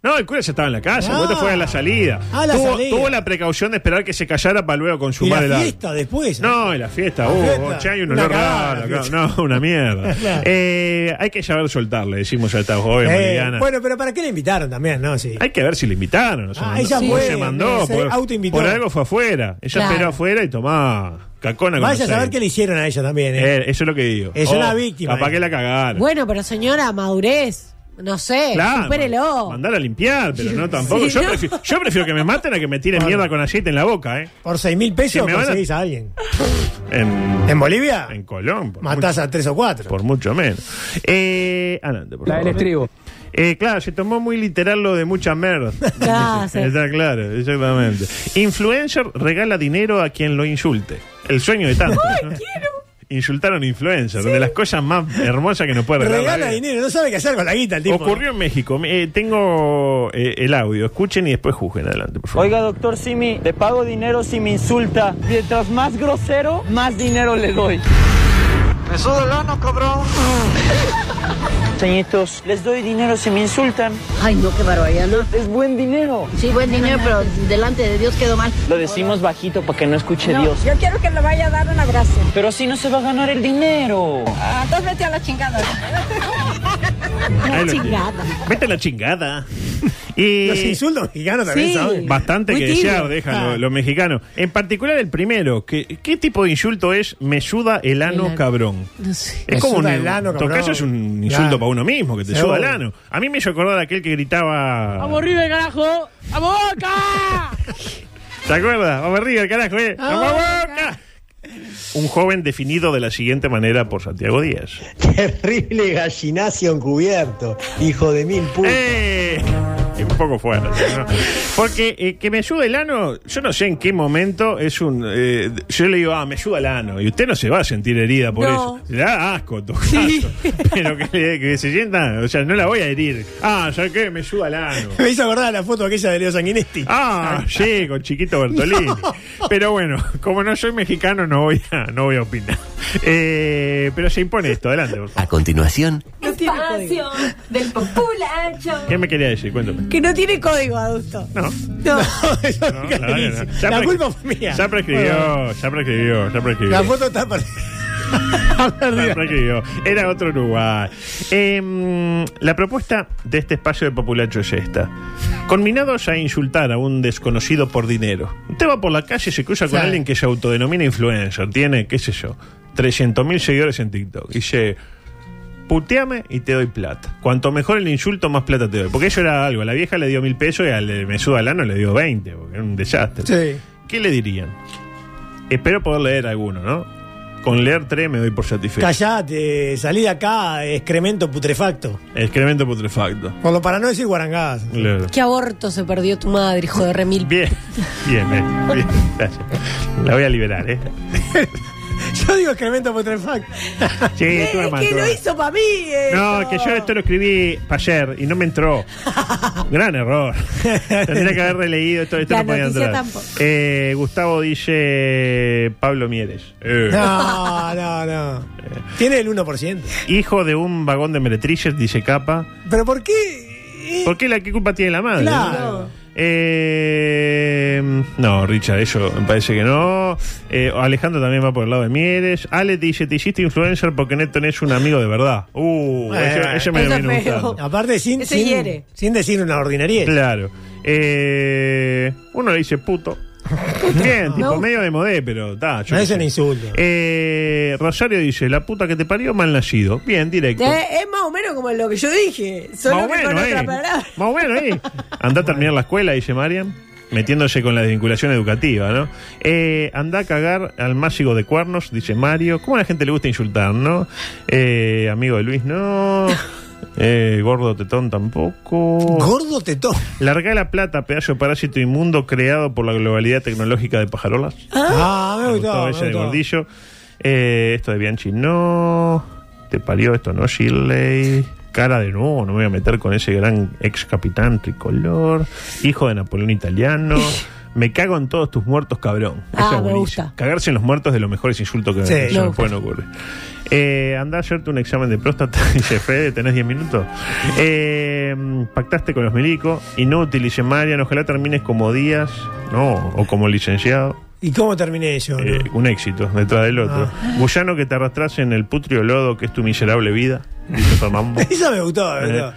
No, el cura ya estaba en la casa, Ah. el fue a la salida. Ah, la tuvo, salida. tuvo la precaución de esperar que se callara para luego Y consumar la el fiesta después. acto. No, y la fiesta, La uh, fiesta. che, hay un Una olor cagada, raro la acá. fiesta. No, una mierda. Claro. Eh, hay que saber soltar, le decimos a esta joven Eh, boliviana. bueno, pero ¿para qué le invitaron también? No, sí. pues, Hay que ver si le invitaron. o sea, Ah, no- ella no fue, se mandó. se por, autoinvitó. por algo fue afuera. Ella Claro. esperó afuera y tomá cacona con Vaya a saber aceite. qué le hicieron a ella también. ¿eh? Eh, Eso es lo que digo. Es una víctima, Capaz eh. que la cagaron. Bueno, pero señora, madurez. No sé, Claro, supérelo. Mandar a limpiar, pero no tampoco. yo, no. Prefiero, yo prefiero que me maten a que me tiren mierda con aceite en la boca, ¿eh? Por seis mil pesos Si me van a- conseguís a alguien. En, ¿En Bolivia? En Colón. por Matás mucho- a tres o cuatro. Por mucho menos. Eh, adelante, por La del favor. estribo. Eh, claro, se tomó muy literal lo de mucha merda. Ah, sí. Está claro, exactamente. Influencer regala dinero a quien lo insulte. El sueño de tantos. ¿no? Insultaron a influencer, de las cosas más hermosas que nos puede regalar. la Regala vida. dinero, no sabe qué hacer con la guita el tipo. eh. Ocurrió en México. Eh, tengo eh, el audio. Escuchen y después juzguen. Adelante, por favor. Oiga, doctor Simi, le pago dinero si me insulta. Mientras más grosero, más dinero le doy. Me sudo el ano, cabrón. Señitos, les doy dinero si me insultan. Ay, no, qué barbaridad, Es buen dinero. Sí, buen dinero, pero delante de Dios quedó mal. Lo decimos bajito para que no escuche No, Dios. Yo quiero que le vaya a dar un abrazo. Pero si no se va a ganar el dinero. Ah, entonces vete a la chingada. Ahí lo chingada. tiene. Vete a la chingada. Y Los insultos mexicanos también Sí. saben. Bastante Muy que tibio. desear dejan Ah. los, los mexicanos. En particular el primero. Que, ¿Qué tipo de insulto es me suda el ano ano. cabrón? No sé. Es Me como suda un, el ano, en cabrón. todo caso es un insulto Claro. para uno mismo, que te Seguro. suda el ano. A mí me hizo acordar aquel que gritaba... ¡Vamos arriba, carajo! ¡Vamos, boca! ¿Te acuerdas? Vamos arriba, el carajo, eh. ¡Vamos, Boca! Un joven definido de la siguiente manera por Santiago Díaz. Terrible gallinacio encubierto, hijo de mil putas. ¡Eh! Un poco fuerte. ¿no? Porque eh, que me ayude el ano, yo no sé en qué momento es un. eh, yo le digo, ah, me ayuda el ano. Y usted no se va a sentir herida por No. eso. Le da asco, tu caso. Pero que, le- que se sienta. O sea, no la voy a herir. Ah, ¿sabes qué? Me ayuda el ano. Me hizo acordar la foto aquella de Leo Sanguinetti. Ah, sí, con Chiquito Bertolini. Pero bueno, como no soy mexicano, no voy a, no voy a opinar. Eh, pero se impone esto. Adelante, por favor. A continuación, Espacio del popular show. ¿Qué me quería decir? Cuéntame. Que no tiene código, adulto. No. No. No, la verdad que no. Ya La pre- culpa fue mía. Ya prescribió, Bueno. ya prescribió, ya prescribió. La foto está perdida. Ya prescribió. Era otro Uruguay. Em, la propuesta de este espacio de Populacho es esta. Conminados a insultar a un desconocido por dinero. Usted va por la calle y se cruza con Sí. alguien que se autodenomina influencer. Tiene, qué sé yo, 300.000 seguidores en TikTok. Y dice, puteame y te doy plata. Cuanto mejor el insulto, más plata te doy. Porque eso era algo. A la vieja le dio mil pesos y al de Mesudalano le dio 20. Porque era un desastre. Sí. ¿Qué le dirían? Espero poder leer alguno, ¿no? Con leer tres me doy por satisfecho. Callate, salí de acá, excremento putrefacto. Excremento putrefacto. Por lo para no decir guarangadas. Claro. ¿Qué aborto se perdió tu madre, hijo de remil? Bien, bien, eh, bien, gracias. La voy a liberar, ¿eh? Yo digo excremento putrefacto. Sí, tú Es que lo hizo para mí. eh. No, que yo esto lo escribí para ayer y no me entró. Gran error. Tendría que haber releído esto, esto La no podía noticia entrar. tampoco. Eh, Gustavo dice Pablo Mieres. Eh. No, no, no. Tiene el 1%. Hijo de un vagón de meretrices, dice Capa. ¿Pero por qué? ¿Por qué la qué culpa tiene la madre? Claro. Eh, no, Richard, eso me parece que no. Eh, Alejandro también va por el lado de Mieres. Ale dice, te hiciste influencer porque no tenés un amigo de verdad. Uh, ese, ese me Eh, Eso viene es feo. gustando. Aparte, sin, Ese sin, hiere. sin decir una ordinariedad. Claro. Eh, uno le dice puto. Bien, tipo medio de modé, pero ta, yo No qué es sé. un insulto. Eh, Rosario dice, la puta que te parió mal nacido. Bien, directo. Eh, es más o menos como lo que yo dije. Solo Más o que con menos, otra eh. palabra. Más bueno, ¿eh? Anda a terminar la escuela, dice Mariam. Metiéndose con la desvinculación educativa, ¿no? Eh, anda a cagar al mágico de cuernos, dice Mario. ¿Cómo a la gente le gusta insultar, no? Eh, amigo de Luis, no. Eh, gordo tetón tampoco. Gordo tetón. Larga la plata, pedazo de parásito inmundo creado por la globalidad tecnológica de pajarolas. Ah, me gustó. Todo Me ese de gustó. gordillo. Eh, esto de Bianchi, no. Te parió esto, ¿no, Shirley? Cara de nuevo, no me voy a meter con ese gran ex capitán tricolor. Hijo de Napoleón italiano. Me cago en todos tus muertos, cabrón. Eso Ah, es me buenísimo. gusta. Cagarse en los muertos es de los mejores insultos que Sí. que se Me me gusta. pueden ocurrir. Eh, andá a hacerte un examen de próstata, dice Fede, tenés 10 minutos. Eh, pactaste con los milicos, inútil, dice Marian, ojalá termines como Díaz, no, o como licenciado. ¿Y cómo terminé yo? no? Eh, un éxito detrás del otro. Guyano que te arrastras en el putrio lodo que es tu miserable vida, dice Fernando. Esa me gustó, me Eh, gustó.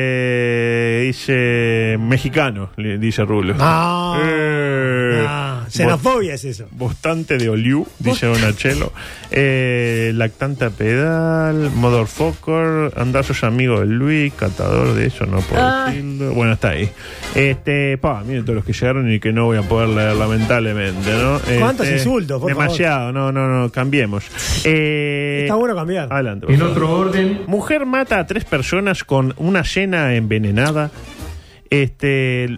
eh, dice mexicano, le dice Rulo. No. Eh, Ah, bot- xenofobia es eso. Bostante de Oliu, dice Donachelo. Eh, lactanta pedal, Motherfucker, andar sos amigo de Luis, catador de eso, no puedo Ah. decirlo. Bueno, está ahí. Este, pa, miren todos los que llegaron y que no voy a poder leer, lamentablemente, ¿no? ¿Cuántos Este, insultos, por favor? Demasiado, no, no, no, cambiemos. Eh, Está bueno cambiar. Adelante. por En favor. otro orden. Mujer mata a tres personas con una cena envenenada. Este.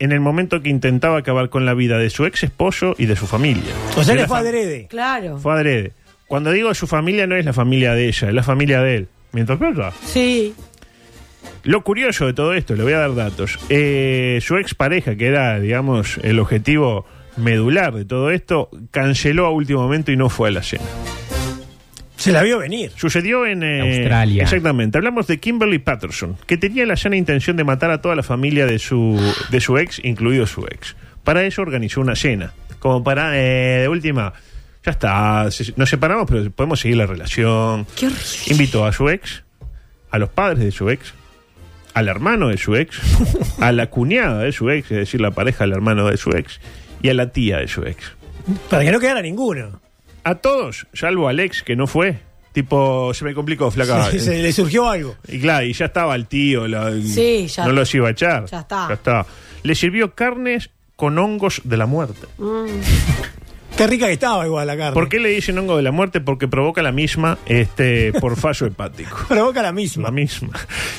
En el momento que intentaba acabar con la vida de su ex esposo y de su familia. O sea, De le la fue fam- adrede. Claro. Fue adrede. Cuando digo su familia, no es la familia de ella, es la familia de él. ¿Me interpreta? Sí. Lo curioso de todo esto, le voy a dar datos. Eh, su expareja, que era, digamos, el objetivo medular de todo esto, canceló a último momento y no fue a la cena. Se la vio venir. Sucedió en eh, Australia. Exactamente. Hablamos de Kimberly Patterson, que tenía la llana intención de matar a toda la familia de su, de su ex, incluido su ex. Para eso organizó una cena. Como para, eh, de última, ya está, se- nos separamos, pero podemos seguir la relación. Invitó a su ex, a los padres de su ex, al hermano de su ex, a la cuñada de su ex, es decir, la pareja del hermano de su ex, y a la tía de su ex. Para que no quedara ninguno. A todos, salvo al ex que no fue. Tipo, se me complicó, flaca. Se- se le surgió algo. Y claro, y ya estaba el tío. la- Sí, ya- no los iba a echar. ya está. Le sirvió carnes con hongos de la muerte. Mm. Qué rica que estaba igual la carne. ¿Por qué le dicen hongo de la muerte? Porque provoca la misma este, por fallo hepático. Provoca la misma. La misma.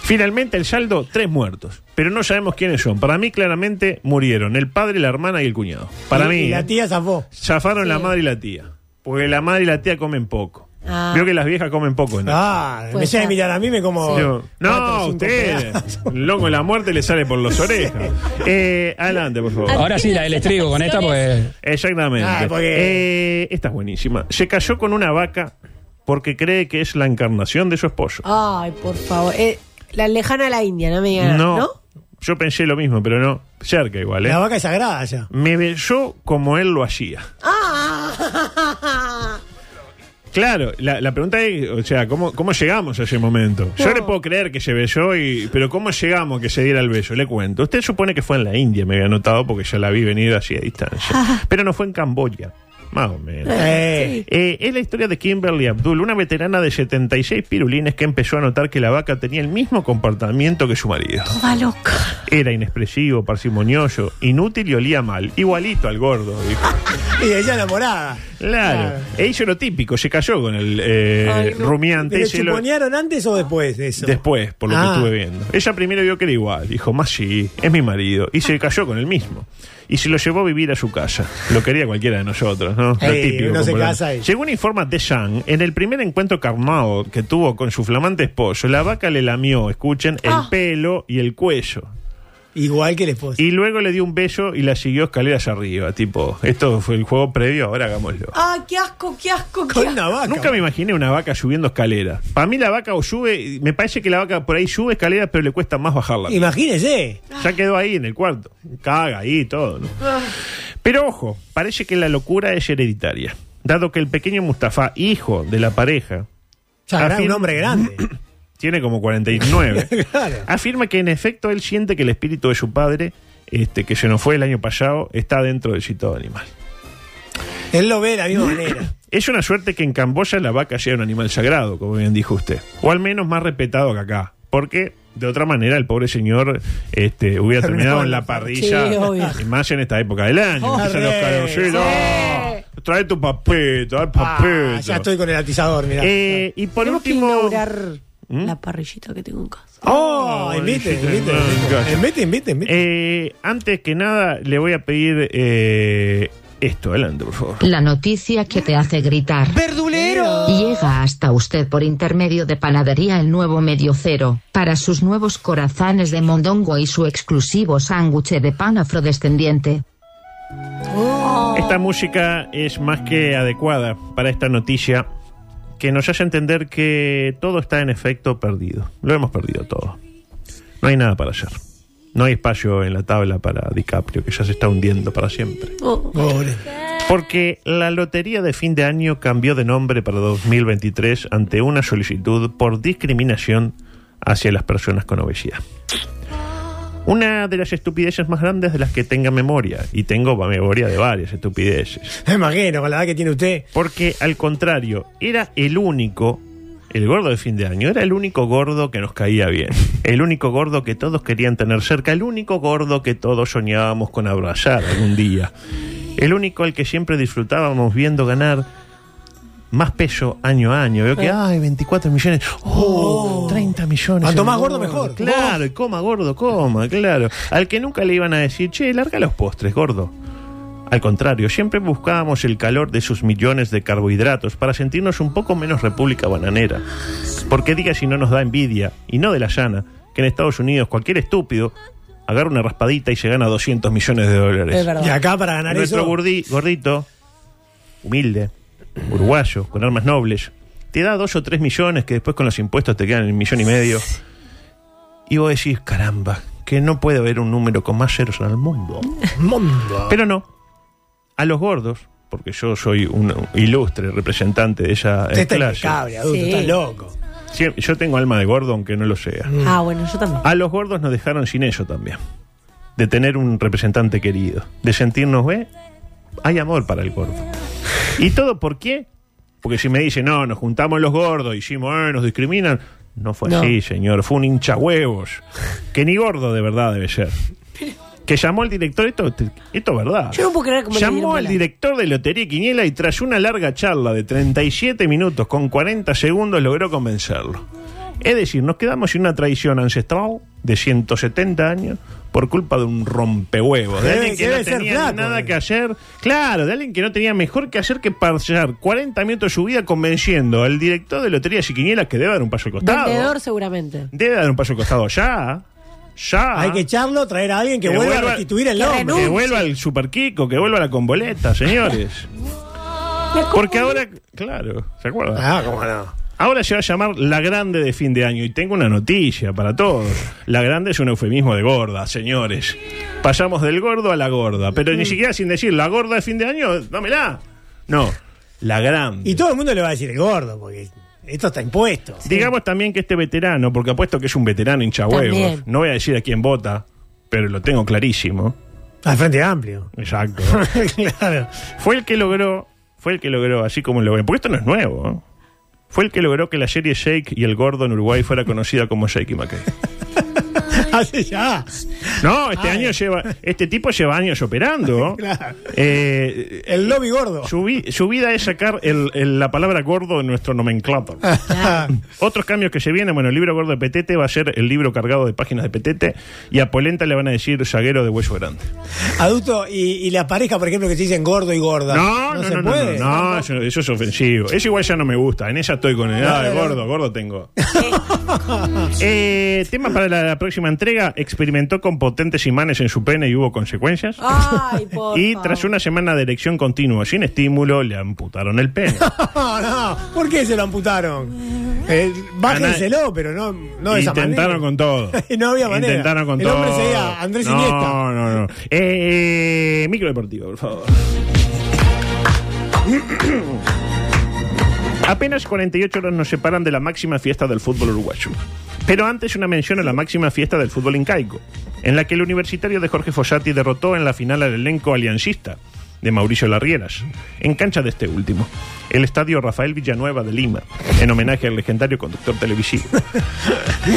Finalmente, el saldo, tres muertos. Pero no sabemos quiénes son. Para mí, claramente, murieron el padre, la hermana y el cuñado. Para Y- mí. y ¿eh? la tía zafó. Zafaron la madre y la tía. Porque la madre y la tía comen poco. Ah. Veo que las viejas comen poco, ¿no? Ah, Pues me llega a ya. mirar a mí, me como. Yo, cuatro no, o cinco usted. pedazos. El loco de la muerte le sale por las orejas. Eh, adelante, por favor. Ah, Ahora sí, la del estribo con esta, pues. Exactamente. Ah, porque- Eh, esta es buenísima. Se cayó con una vaca porque cree que es la encarnación de su esposo. Ay, por favor. Eh, la lejana a la India, no me digan. No. Ah, No. Yo pensé lo mismo, pero no. Cerca igual, ¿eh? La vaca es sagrada ya. Me besó como él lo hacía. Ah. Claro, la, la pregunta es, o sea, ¿cómo, cómo llegamos a ese momento? Yo le puedo creer que se besó, y, pero ¿cómo llegamos a que se diera el beso? Le cuento. Usted supone que fue en la India, me había notado, porque yo la vi venir así a distancia. Pero no fue en Camboya, más o menos. Eh, Eh, es la historia de Kimberly Abdul, una veterana de 76 pirulines que empezó a notar que la vaca tenía el mismo comportamiento que su marido. Toda loca. Era inexpresivo, parsimonioso, inútil y olía mal. Igualito al gordo, dijo. Y ella enamorada. Claro. E hizo lo típico, se cayó con el eh, Ay, no. rumiante. ¿Le se lo- chuponearon antes o después de eso? Después, por lo Ah. que estuve viendo. Ella primero vio que era igual. Dijo, más sí, es mi marido. Y se cayó con el mismo. y se lo llevó a vivir a su casa. Lo quería cualquiera de nosotros, ¿no? Lo Ey, típico, uno se popular. casa y- Según informa The Sun, en el primer encuentro carnal que tuvo con su flamante esposo, la vaca le lamió, escuchen, el Ah. pelo y el cuello. Igual que el esposo. Y luego le dio un beso y la siguió escaleras arriba. Tipo, esto fue el juego previo, ahora hagámoslo. Ah, qué asco, qué asco, qué asco. Nunca me imaginé una vaca subiendo escaleras. Para mí la vaca o sube, me parece que la vaca por ahí sube escaleras, pero le cuesta más bajarla. Imagínese. Ya quedó ahí en el cuarto. Caga ahí y todo, ¿no? Pero ojo, parece que la locura es hereditaria. Dado que el pequeño Mustafa, hijo de la pareja, Ya era un afirma- hombre grande. tiene como 49. Claro. Afirma que en efecto él siente que el espíritu de su padre, este, que se nos fue el año pasado, está dentro del citado animal. Él lo ve de la misma manera. Es una suerte que en Camboya la vaca sea un animal sagrado, como bien dijo usted. O al menos más respetado que acá. Porque de otra manera el pobre señor este, hubiera terminado en la parrilla. Sí, obvio. y más en esta época del año. Oh, Empiezan los sí, calorcitos. Trae tu papito, trae papito. Ah, ya estoy con el atizador, mirá. Eh, y por Tenemos último. ¿Mm? que inaugurar la parrillita que tengo en casa. Oh, invite, invite, invite. Invite, invite, invite. Eh, antes que nada, le voy a pedir eh, esto, adelante, por favor. La noticia que te hace gritar. ¡Verdulero! Llega hasta usted por intermedio de Panadería El Nuevo Medio Cero, para sus nuevos corazones de mondongo y su exclusivo sándwich de pan afrodescendiente. Esta música es más que adecuada para esta noticia que nos hace entender que todo está en efecto perdido. Lo hemos perdido todo. No hay nada para hacer. No hay espacio en la tabla para DiCaprio, que ya se está hundiendo para siempre. Pobre. Porque la lotería de fin de año cambió de nombre para 2023 ante una solicitud por discriminación hacia las personas con obesidad. Una de las estupideces más grandes de las que tenga memoria, y tengo memoria de varias estupideces. Me imagino, con la edad que tiene usted. Porque al contrario, era el único, el gordo de fin de año, era el único gordo que nos caía bien. El único gordo que todos querían tener cerca, el único gordo que todos soñábamos con abrazar algún día. El único al que siempre disfrutábamos viendo ganar más peso año a año. Veo que, ay, 24 millones, oh, 30 millones. Cuanto el más gordo, mejor. Claro, y coma gordo, coma, claro. Al que nunca le iban a decir, che, larga los postres, gordo. Al contrario, siempre buscábamos el calor de sus millones de carbohidratos para sentirnos un poco menos república bananera. Porque diga si no nos da envidia, y no de la llana, que en Estados Unidos cualquier estúpido agarra una raspadita y se gana 200 millones de dólares. Es verdad. Y acá para ganar Nuestro eso- gordi- gordito, humilde, uruguayo, con armas nobles, te da dos o tres millones que después con los impuestos te quedan un millón y medio. Y vos decís, caramba, que no puede haber un número con más ceros en el mundo. Mundo. Pero no, a los gordos, porque yo soy un ilustre representante de esa Usted eh, está clase. Este impecable, adulto, Sí. está loco. Sí, yo tengo alma de gordo, aunque no lo sea. Ah, bueno, yo también. A los gordos nos dejaron sin eso también. De tener un representante querido. De sentirnos, ve, hay amor para el gordo. ¿Y todo por qué? Porque si me dicen, no, nos juntamos los gordos, hicimos, eh, nos discriminan. No fue No. así, señor. Fue un hincha huevos. Que ni gordo de verdad debe ser. Que llamó al director, esto, esto es verdad. Yo no puedo creer cómo le dieron Llamó al bola. director de Lotería y Quiniela y tras una larga charla de 37 minutos con 40 segundos logró convencerlo. Es decir, nos quedamos sin una tradición ancestral de 170 años por culpa de un rompehuevos, de Debe- alguien que debe no ser tenía flaco, nada debe. que hacer, claro, de alguien que no tenía mejor que hacer que pasar 40 minutos de su vida convenciendo al director de Lotería y Quiniela que debe dar un paso al costado. Vendedor seguramente. Debe dar un paso al costado ya. Ya. Hay que echarlo, traer a alguien que, vuelva, a restituir el Ah. que nombre. renuncie. Que vuelva al Super Kiko, que vuelva a la comboleta, señores. Porque ahora, claro, ¿se acuerdan? Ah, cómo no. Ahora se va a llamar La Grande de fin de año y tengo una noticia para todos. La Grande es un eufemismo de gorda, señores. Pasamos del gordo a la gorda, pero Mm. ni siquiera sin decir la gorda de fin de año, dámela. No, La Grande. Y todo el mundo le va a decir el gordo, porque esto está impuesto. Digamos también que este veterano, porque apuesto que es un veterano hincha También. huevos, no voy a decir a quién vota, pero lo tengo clarísimo. Al Frente Amplio. Exacto. claro. Fue el que logró, fue el que logró, así como lo ven, porque esto no es nuevo. ¿eh? Fue el que logró que la serie Shake y el Gordo en Uruguay fuera conocida como Shake y McKay. Hace ya. No, este año lleva, este tipo lleva años operando. el lobby gordo. Su, vi- su vida es sacar el- el- la palabra gordo de nuestro nomenclato. Ah. Otros cambios que se vienen, bueno, el libro gordo de Petete va a ser el libro cargado de páginas de Petete y a Polenta le van a decir zaguero de hueso grande. Adulto, y, y las parejas, por ejemplo, que se dicen gordo y gorda. No, no, se no, no, puede. no, no, eso, eso es ofensivo. Eso igual ya no me gusta, en esa estoy con el ah, Claro. gordo, gordo tengo. Eh, tema para la, la próxima entrega, experimentó con potentes imanes en su pene y hubo consecuencias. Ay, por Y favor. tras una semana de erección continua sin estímulo, le amputaron el pene. No, no, ¿por qué se lo amputaron? Eh, bájenselo, pero no, no de esa Intentaron manera. con todo. no había manera. Intentaron con El todo. hombre seguía Andrés no, Iniesta. No, no, Eh, eh, micro deportivo, por favor. Apenas 48 horas nos separan de la máxima fiesta del fútbol uruguayo. Pero antes una mención a la máxima fiesta del fútbol incaico, en la que el universitario de Jorge Fossati derrotó en la final al elenco aliancista de Mauricio Larrieras, en cancha de este último, el estadio Rafael Villanueva de Lima, en homenaje al legendario conductor televisivo.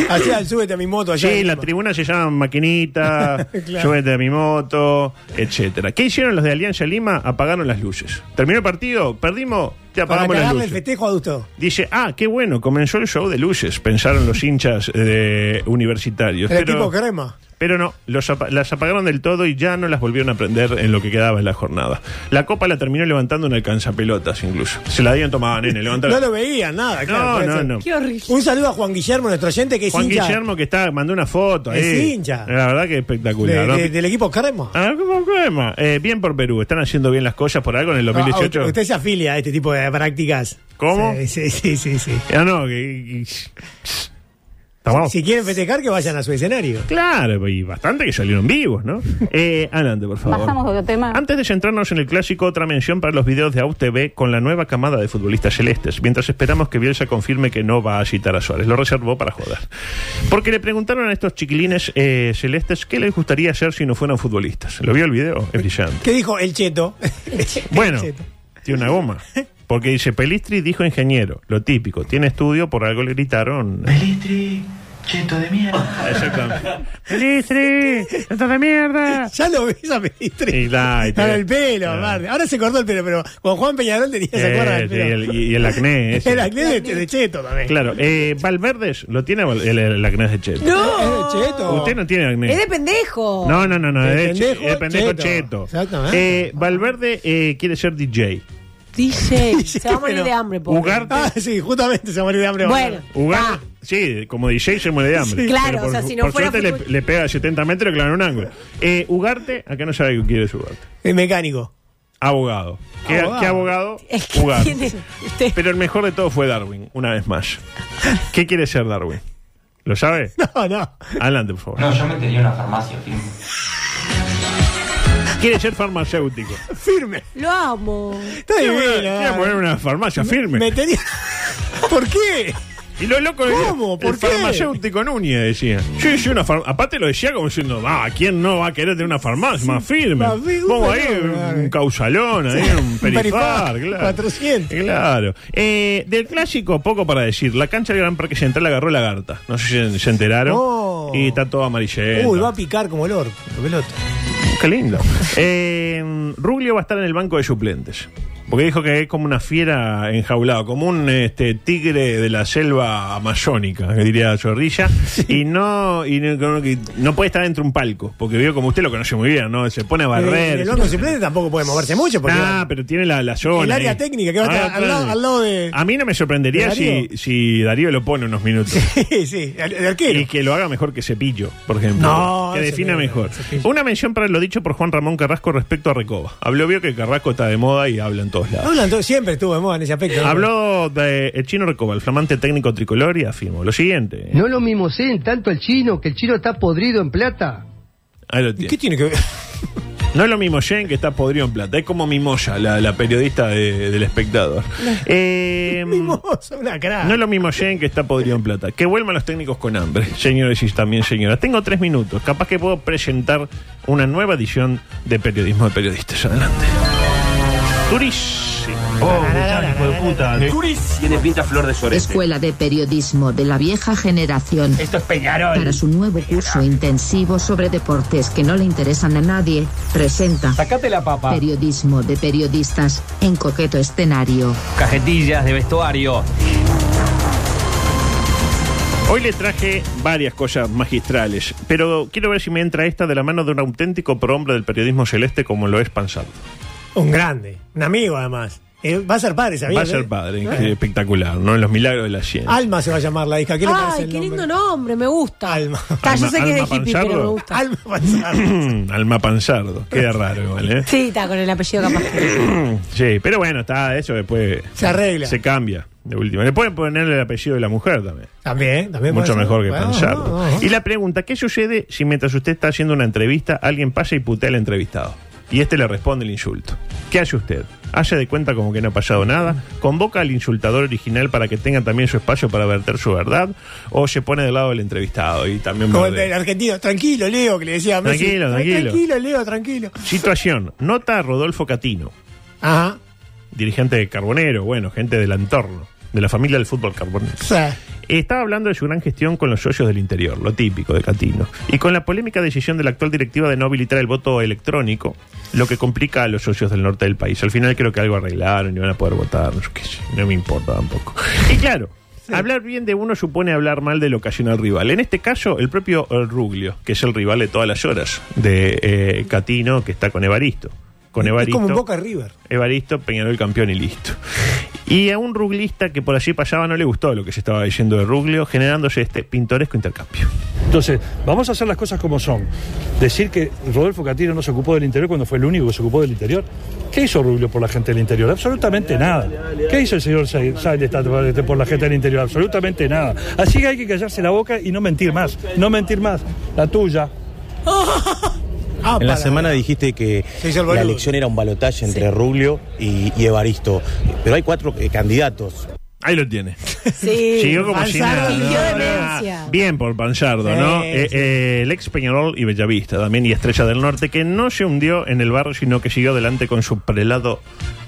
Hacía el súbete a mi moto allá. Sí, en la Lima. tribuna se llama Maquinita, Claro. Súbete a mi moto, etcétera. ¿Qué hicieron los de Alianza Lima? Apagaron las luces. Terminó el partido, perdimos, te Para apagamos las cagarle el luces. festejo, adulto. Dice, ah, qué bueno, comenzó el show de luces, pensaron los hinchas eh, universitarios. El equipo crema. Pero no, los apa- las apagaron del todo y ya no las volvieron a prender en lo que quedaba en la jornada. La copa la terminó levantando en alcanzapelotas incluso. Se la dieron tomada, nene, levantala. No lo veían, nada. No, Claro, puede no, ser. no. Qué Un saludo a Juan Guillermo, nuestro oyente, que es Juan hincha Guillermo que está mandó una foto. Es ahí. hincha. La verdad que espectacular. de- ¿no? de- del equipo Crema. Ah, ¿cómo crema? Eh, bien por Perú, están haciendo bien las cosas por algo en el 2018. Ah, usted se afilia a este tipo de prácticas. ¿Cómo? Sí, sí, sí. sí, sí. Ah, no, que- que- Estamos- Si quieren festejar, que vayan a su escenario. Claro, y bastante que salieron vivos, ¿no? Eh, adelante, por favor. Pasamos a otro tema. Antes de centrarnos en el clásico, otra mención para los videos de AUTV con la nueva camada de futbolistas celestes, mientras esperamos que Bielsa confirme que no va a citar a Suárez. Lo reservó para joder. Porque le preguntaron a estos chiquilines eh, celestes qué les gustaría hacer si no fueran futbolistas. ¿Lo vio el video? Es brillante. ¿Qué dijo el cheto? Bueno, tiene una goma. Porque dice, Pelistri dijo ingeniero, lo típico, tiene estudio, por algo le gritaron. Pelistri, cheto de mierda. Exactamente. ¡Pelistri! ¡Estás de mierda! Ya lo ves a Pelistri. Y la- y te- Con el pelo, Ah. aparte. Ahora se cortó el pelo, pero con Juan Peñarol tenía esa cuerda Eh, del sí, pelo. el- y, y el acné. ese. Era de, de cheto también. Claro, eh, Valverdes lo tiene Val- el, el acné de Cheto. No. Es de cheto. Usted no tiene acné. Es de pendejo. No, no, no, no, De es de che- pendejo de pendejo cheto. cheto. Exactamente. Eh, Valverde eh, quiere ser DJ. DJ. Se va a morir de hambre, pobre. Ugarte. Ah, sí, justamente se va a morir de hambre. Bueno, Ugarte- sí, como DJ se muere de hambre. Ah. Sí. Claro, Pero por, o sea, si no por fuera suerte le, fútbol- le pega 70 metros y claro, en un ángulo. Eh, Ugarte, acá no sabe qué quiere es Ugarte. El mecánico. Abogado. ¿Qué Abogado. abogado? ¿Qué abogado? Es que Ugarte. tiene- Pero el mejor de todo fue Darwin, una vez más. ¿Qué quiere ser Darwin? ¿Lo sabe? No, no. Adelante, por favor. metería una farmacia, Quiere ser farmacéutico. Firme. Lo amo. Está Quiere divino. poner- quiere poner una farmacia firme. Me tenía- ¿Por qué? Y lo loco ¿Cómo? ¿Cómo? ¿Por el qué? farmacéutico Núñez decía. Sí, sí, una farmacia. Aparte lo decía como diciendo, ah, ¿quién no va a querer tener una farmacia más firme? más firme, Pongo ahí no, claro. un causalón, ahí un perifar, claro. 400. Claro. Eh, del clásico, poco para decir. La cancha del Gran Parque Central agarró la garta. No sé si se enteraron. No. Y está todo amarillento. Uy, va a picar como el orco, el pelota. Qué lindo. Eh, Ruglio va a estar en el banco de suplentes. Porque dijo que es como una fiera enjaulada, como un este, tigre de la selva amazónica, que diría Zorrilla. Y no y no, no- que no puede estar dentro de un palco, porque veo como usted lo conoce muy bien, ¿no? Se pone a barrer. El, el banco suplente tampoco puede moverse mucho porque Ah, pero tiene la, la zona. el área ahí. técnica que va a estar Ah, al, lado, claro. Ah. al lado de. A mí no me sorprendería ¿De Darío? si, si Darío lo pone unos minutos. Sí, sí, el, el arquero. Y que lo haga mejor que Cepillo, por ejemplo. No, que ese defina no, mejor. Una mención para lo dicho por Juan Ramón Carrasco respecto a Recoba. Habló, vio que Carrasco está de moda y habla en todos lados. Hablan todos- siempre estuvo de moda en ese aspecto. ¿no? Habló de el chino Recoba, el flamante técnico tricolor, y afirmó lo siguiente. No lo mimoseen tanto al chino, que el chino está podrido en plata. Ahí lo tiene. ¿Qué tiene que ver? No es lo mismo Jen que está podrido en plata. Es como Mimoya, la, la periodista de- del espectador. Eh, Mimosa, una cara. No es lo mismo Jen que está podrido en plata. Que vuelvan los técnicos con hambre, señores y también señoras. Tengo tres minutos. Capaz que puedo presentar una nueva edición de Periodismo de Periodistas. Adelante. Turis así. Oh, Gusán, hijo de puta. Tiene pinta flor de sorete. Escuela de Periodismo de la Vieja Generación. Esto es Peñarol. Para su nuevo curso intensivo sobre deportes que no le interesan a nadie, presenta Sacate la papa. Periodismo de Periodistas en coqueto escenario. Cajetillas de vestuario. Hoy le traje varias cosas magistrales, pero quiero ver si me entra esta de la mano de un auténtico prohombre del periodismo celeste como lo es Pansal. Un grande, un amigo además. Eh, va a ser padre, ¿sabías? Va a ser eh? padre, ¿Eh? que espectacular, ¿no? En los milagros de la ciencia. Alma se va a llamar la hija. ¿Qué le parece Ay, el qué nombre? lindo nombre, me gusta. Alma. Ta, yo sé que es de Alma hippie, pero me Panzardo. gusta. Alma Panzardo. Alma Pansardo, queda raro igual, ¿eh? Sí, está con el apellido capaz. Sí, pero bueno, está eso después. Se arregla. Se cambia, de última. Le pueden ponerle el apellido de la mujer también. También, también. Mucho puede ser. mejor que Bueno, Pansardo. no, no, no. Y la pregunta, ¿qué sucede si mientras usted está haciendo una entrevista, alguien pasa y putea al entrevistado? Y este le responde el insulto. ¿Qué hace usted? Hace de cuenta como que no ha pasado nada, convoca al insultador original para que tenga también su espacio para verter su verdad, o se pone del lado del entrevistado y también Como el bardea. del argentino, tranquilo, Leo, que le decía a Messi. Tranquilo, tranquilo. Tranquilo, Leo, tranquilo. Situación. Nota a Rodolfo Catino, Ajá. dirigente de Carbonero, bueno, gente del entorno, de la familia del fútbol carbonero. O sea, Estaba hablando de su gran gestión con los socios del interior, lo típico de Catino, y con la polémica decisión de la actual directiva de no habilitar el voto electrónico, lo que complica a los socios del norte del país. Al final creo que algo arreglaron y van a poder votar, no, sé qué sé, no me importa tampoco. Y claro, hablar bien de uno supone hablar mal del ocasional rival. En este caso, el propio eh, Ruglio, que es el rival de todas las horas de eh, Catino, que está con Evaristo. Con es Evaristo. como un Boca River. Evaristo, Peñarol campeón y listo. Y a un ruglista que por allí pasaba no le gustó lo que se estaba diciendo de Ruglio, generándose este pintoresco intercambio. Entonces, vamos a hacer las cosas como son. Decir que Rodolfo Catino no se ocupó del interior cuando fue el único que se ocupó del interior. ¿Qué hizo Rubio por la gente del interior? Absolutamente nada. ¿Qué hizo el señor Sáenz por la gente del interior? Absolutamente nada. Así que hay que callarse la boca y no mentir más. No mentir más. La tuya. Ah, en la para. semana dijiste que Se hizo el la boludo. elección era un balotaje entre Rubio y, y Evaristo. Pero hay cuatro eh, candidatos. Ahí lo tiene. Sí. Siguió como si nada. Ah, Panzardo fingió ¿no? demencia. Bien por Pansardo, ¿no? Sí, Eh, sí. eh, el ex Peñarol y Bellavista también, y Estrella del Norte, que no se hundió en el barro, sino que siguió adelante con su prelado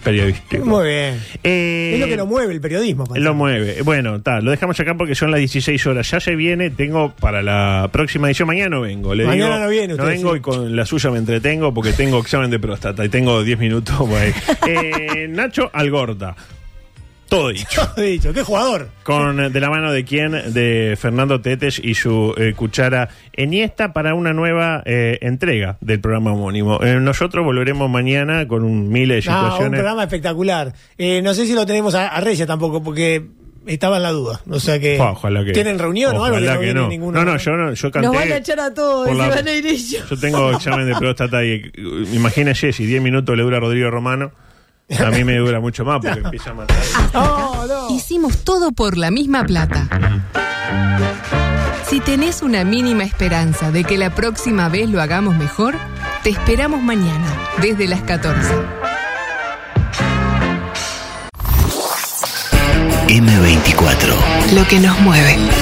periodístico. Muy bien. Eh, es lo que lo mueve el periodismo. Lo mueve. Bueno, ta, lo dejamos acá porque son las 16 horas. Ya se viene, tengo para la próxima edición. Mañana no vengo. Le Mañana digo, no viene usted, vengo sí. y con la suya me entretengo porque tengo examen de próstata y tengo 10 minutos. por ahí. Eh, Nacho Algorta. Todo dicho. Panzardo. dicho, qué jugador. Con eh, de la mano de quién, de Fernando Tetes y su eh, cuchara Eniesta para una nueva eh, entrega del programa homónimo. Eh, nosotros volveremos mañana con un miles de Ah, un situaciones. programa espectacular. Eh, no sé si lo tenemos a, a Reyes tampoco, porque estaba en la duda. O sea que. Fua, ojalá que- Eh, ¿Tienen reunión o algo? ojalá no que viene no. no, ninguno. no, yo no, yo canté. Nos van a echar a todos e y por la- se van a ir ellos. Yo tengo examen de próstata y uh, imagínese si 10 minutos le dura a Rodrigo Romano, a mí me dura mucho más porque empieza a matar. Hicimos todo por la misma plata. Si tenés una mínima esperanza de que la próxima vez lo hagamos mejor, te esperamos mañana, desde las 14. M24. Lo que nos mueve.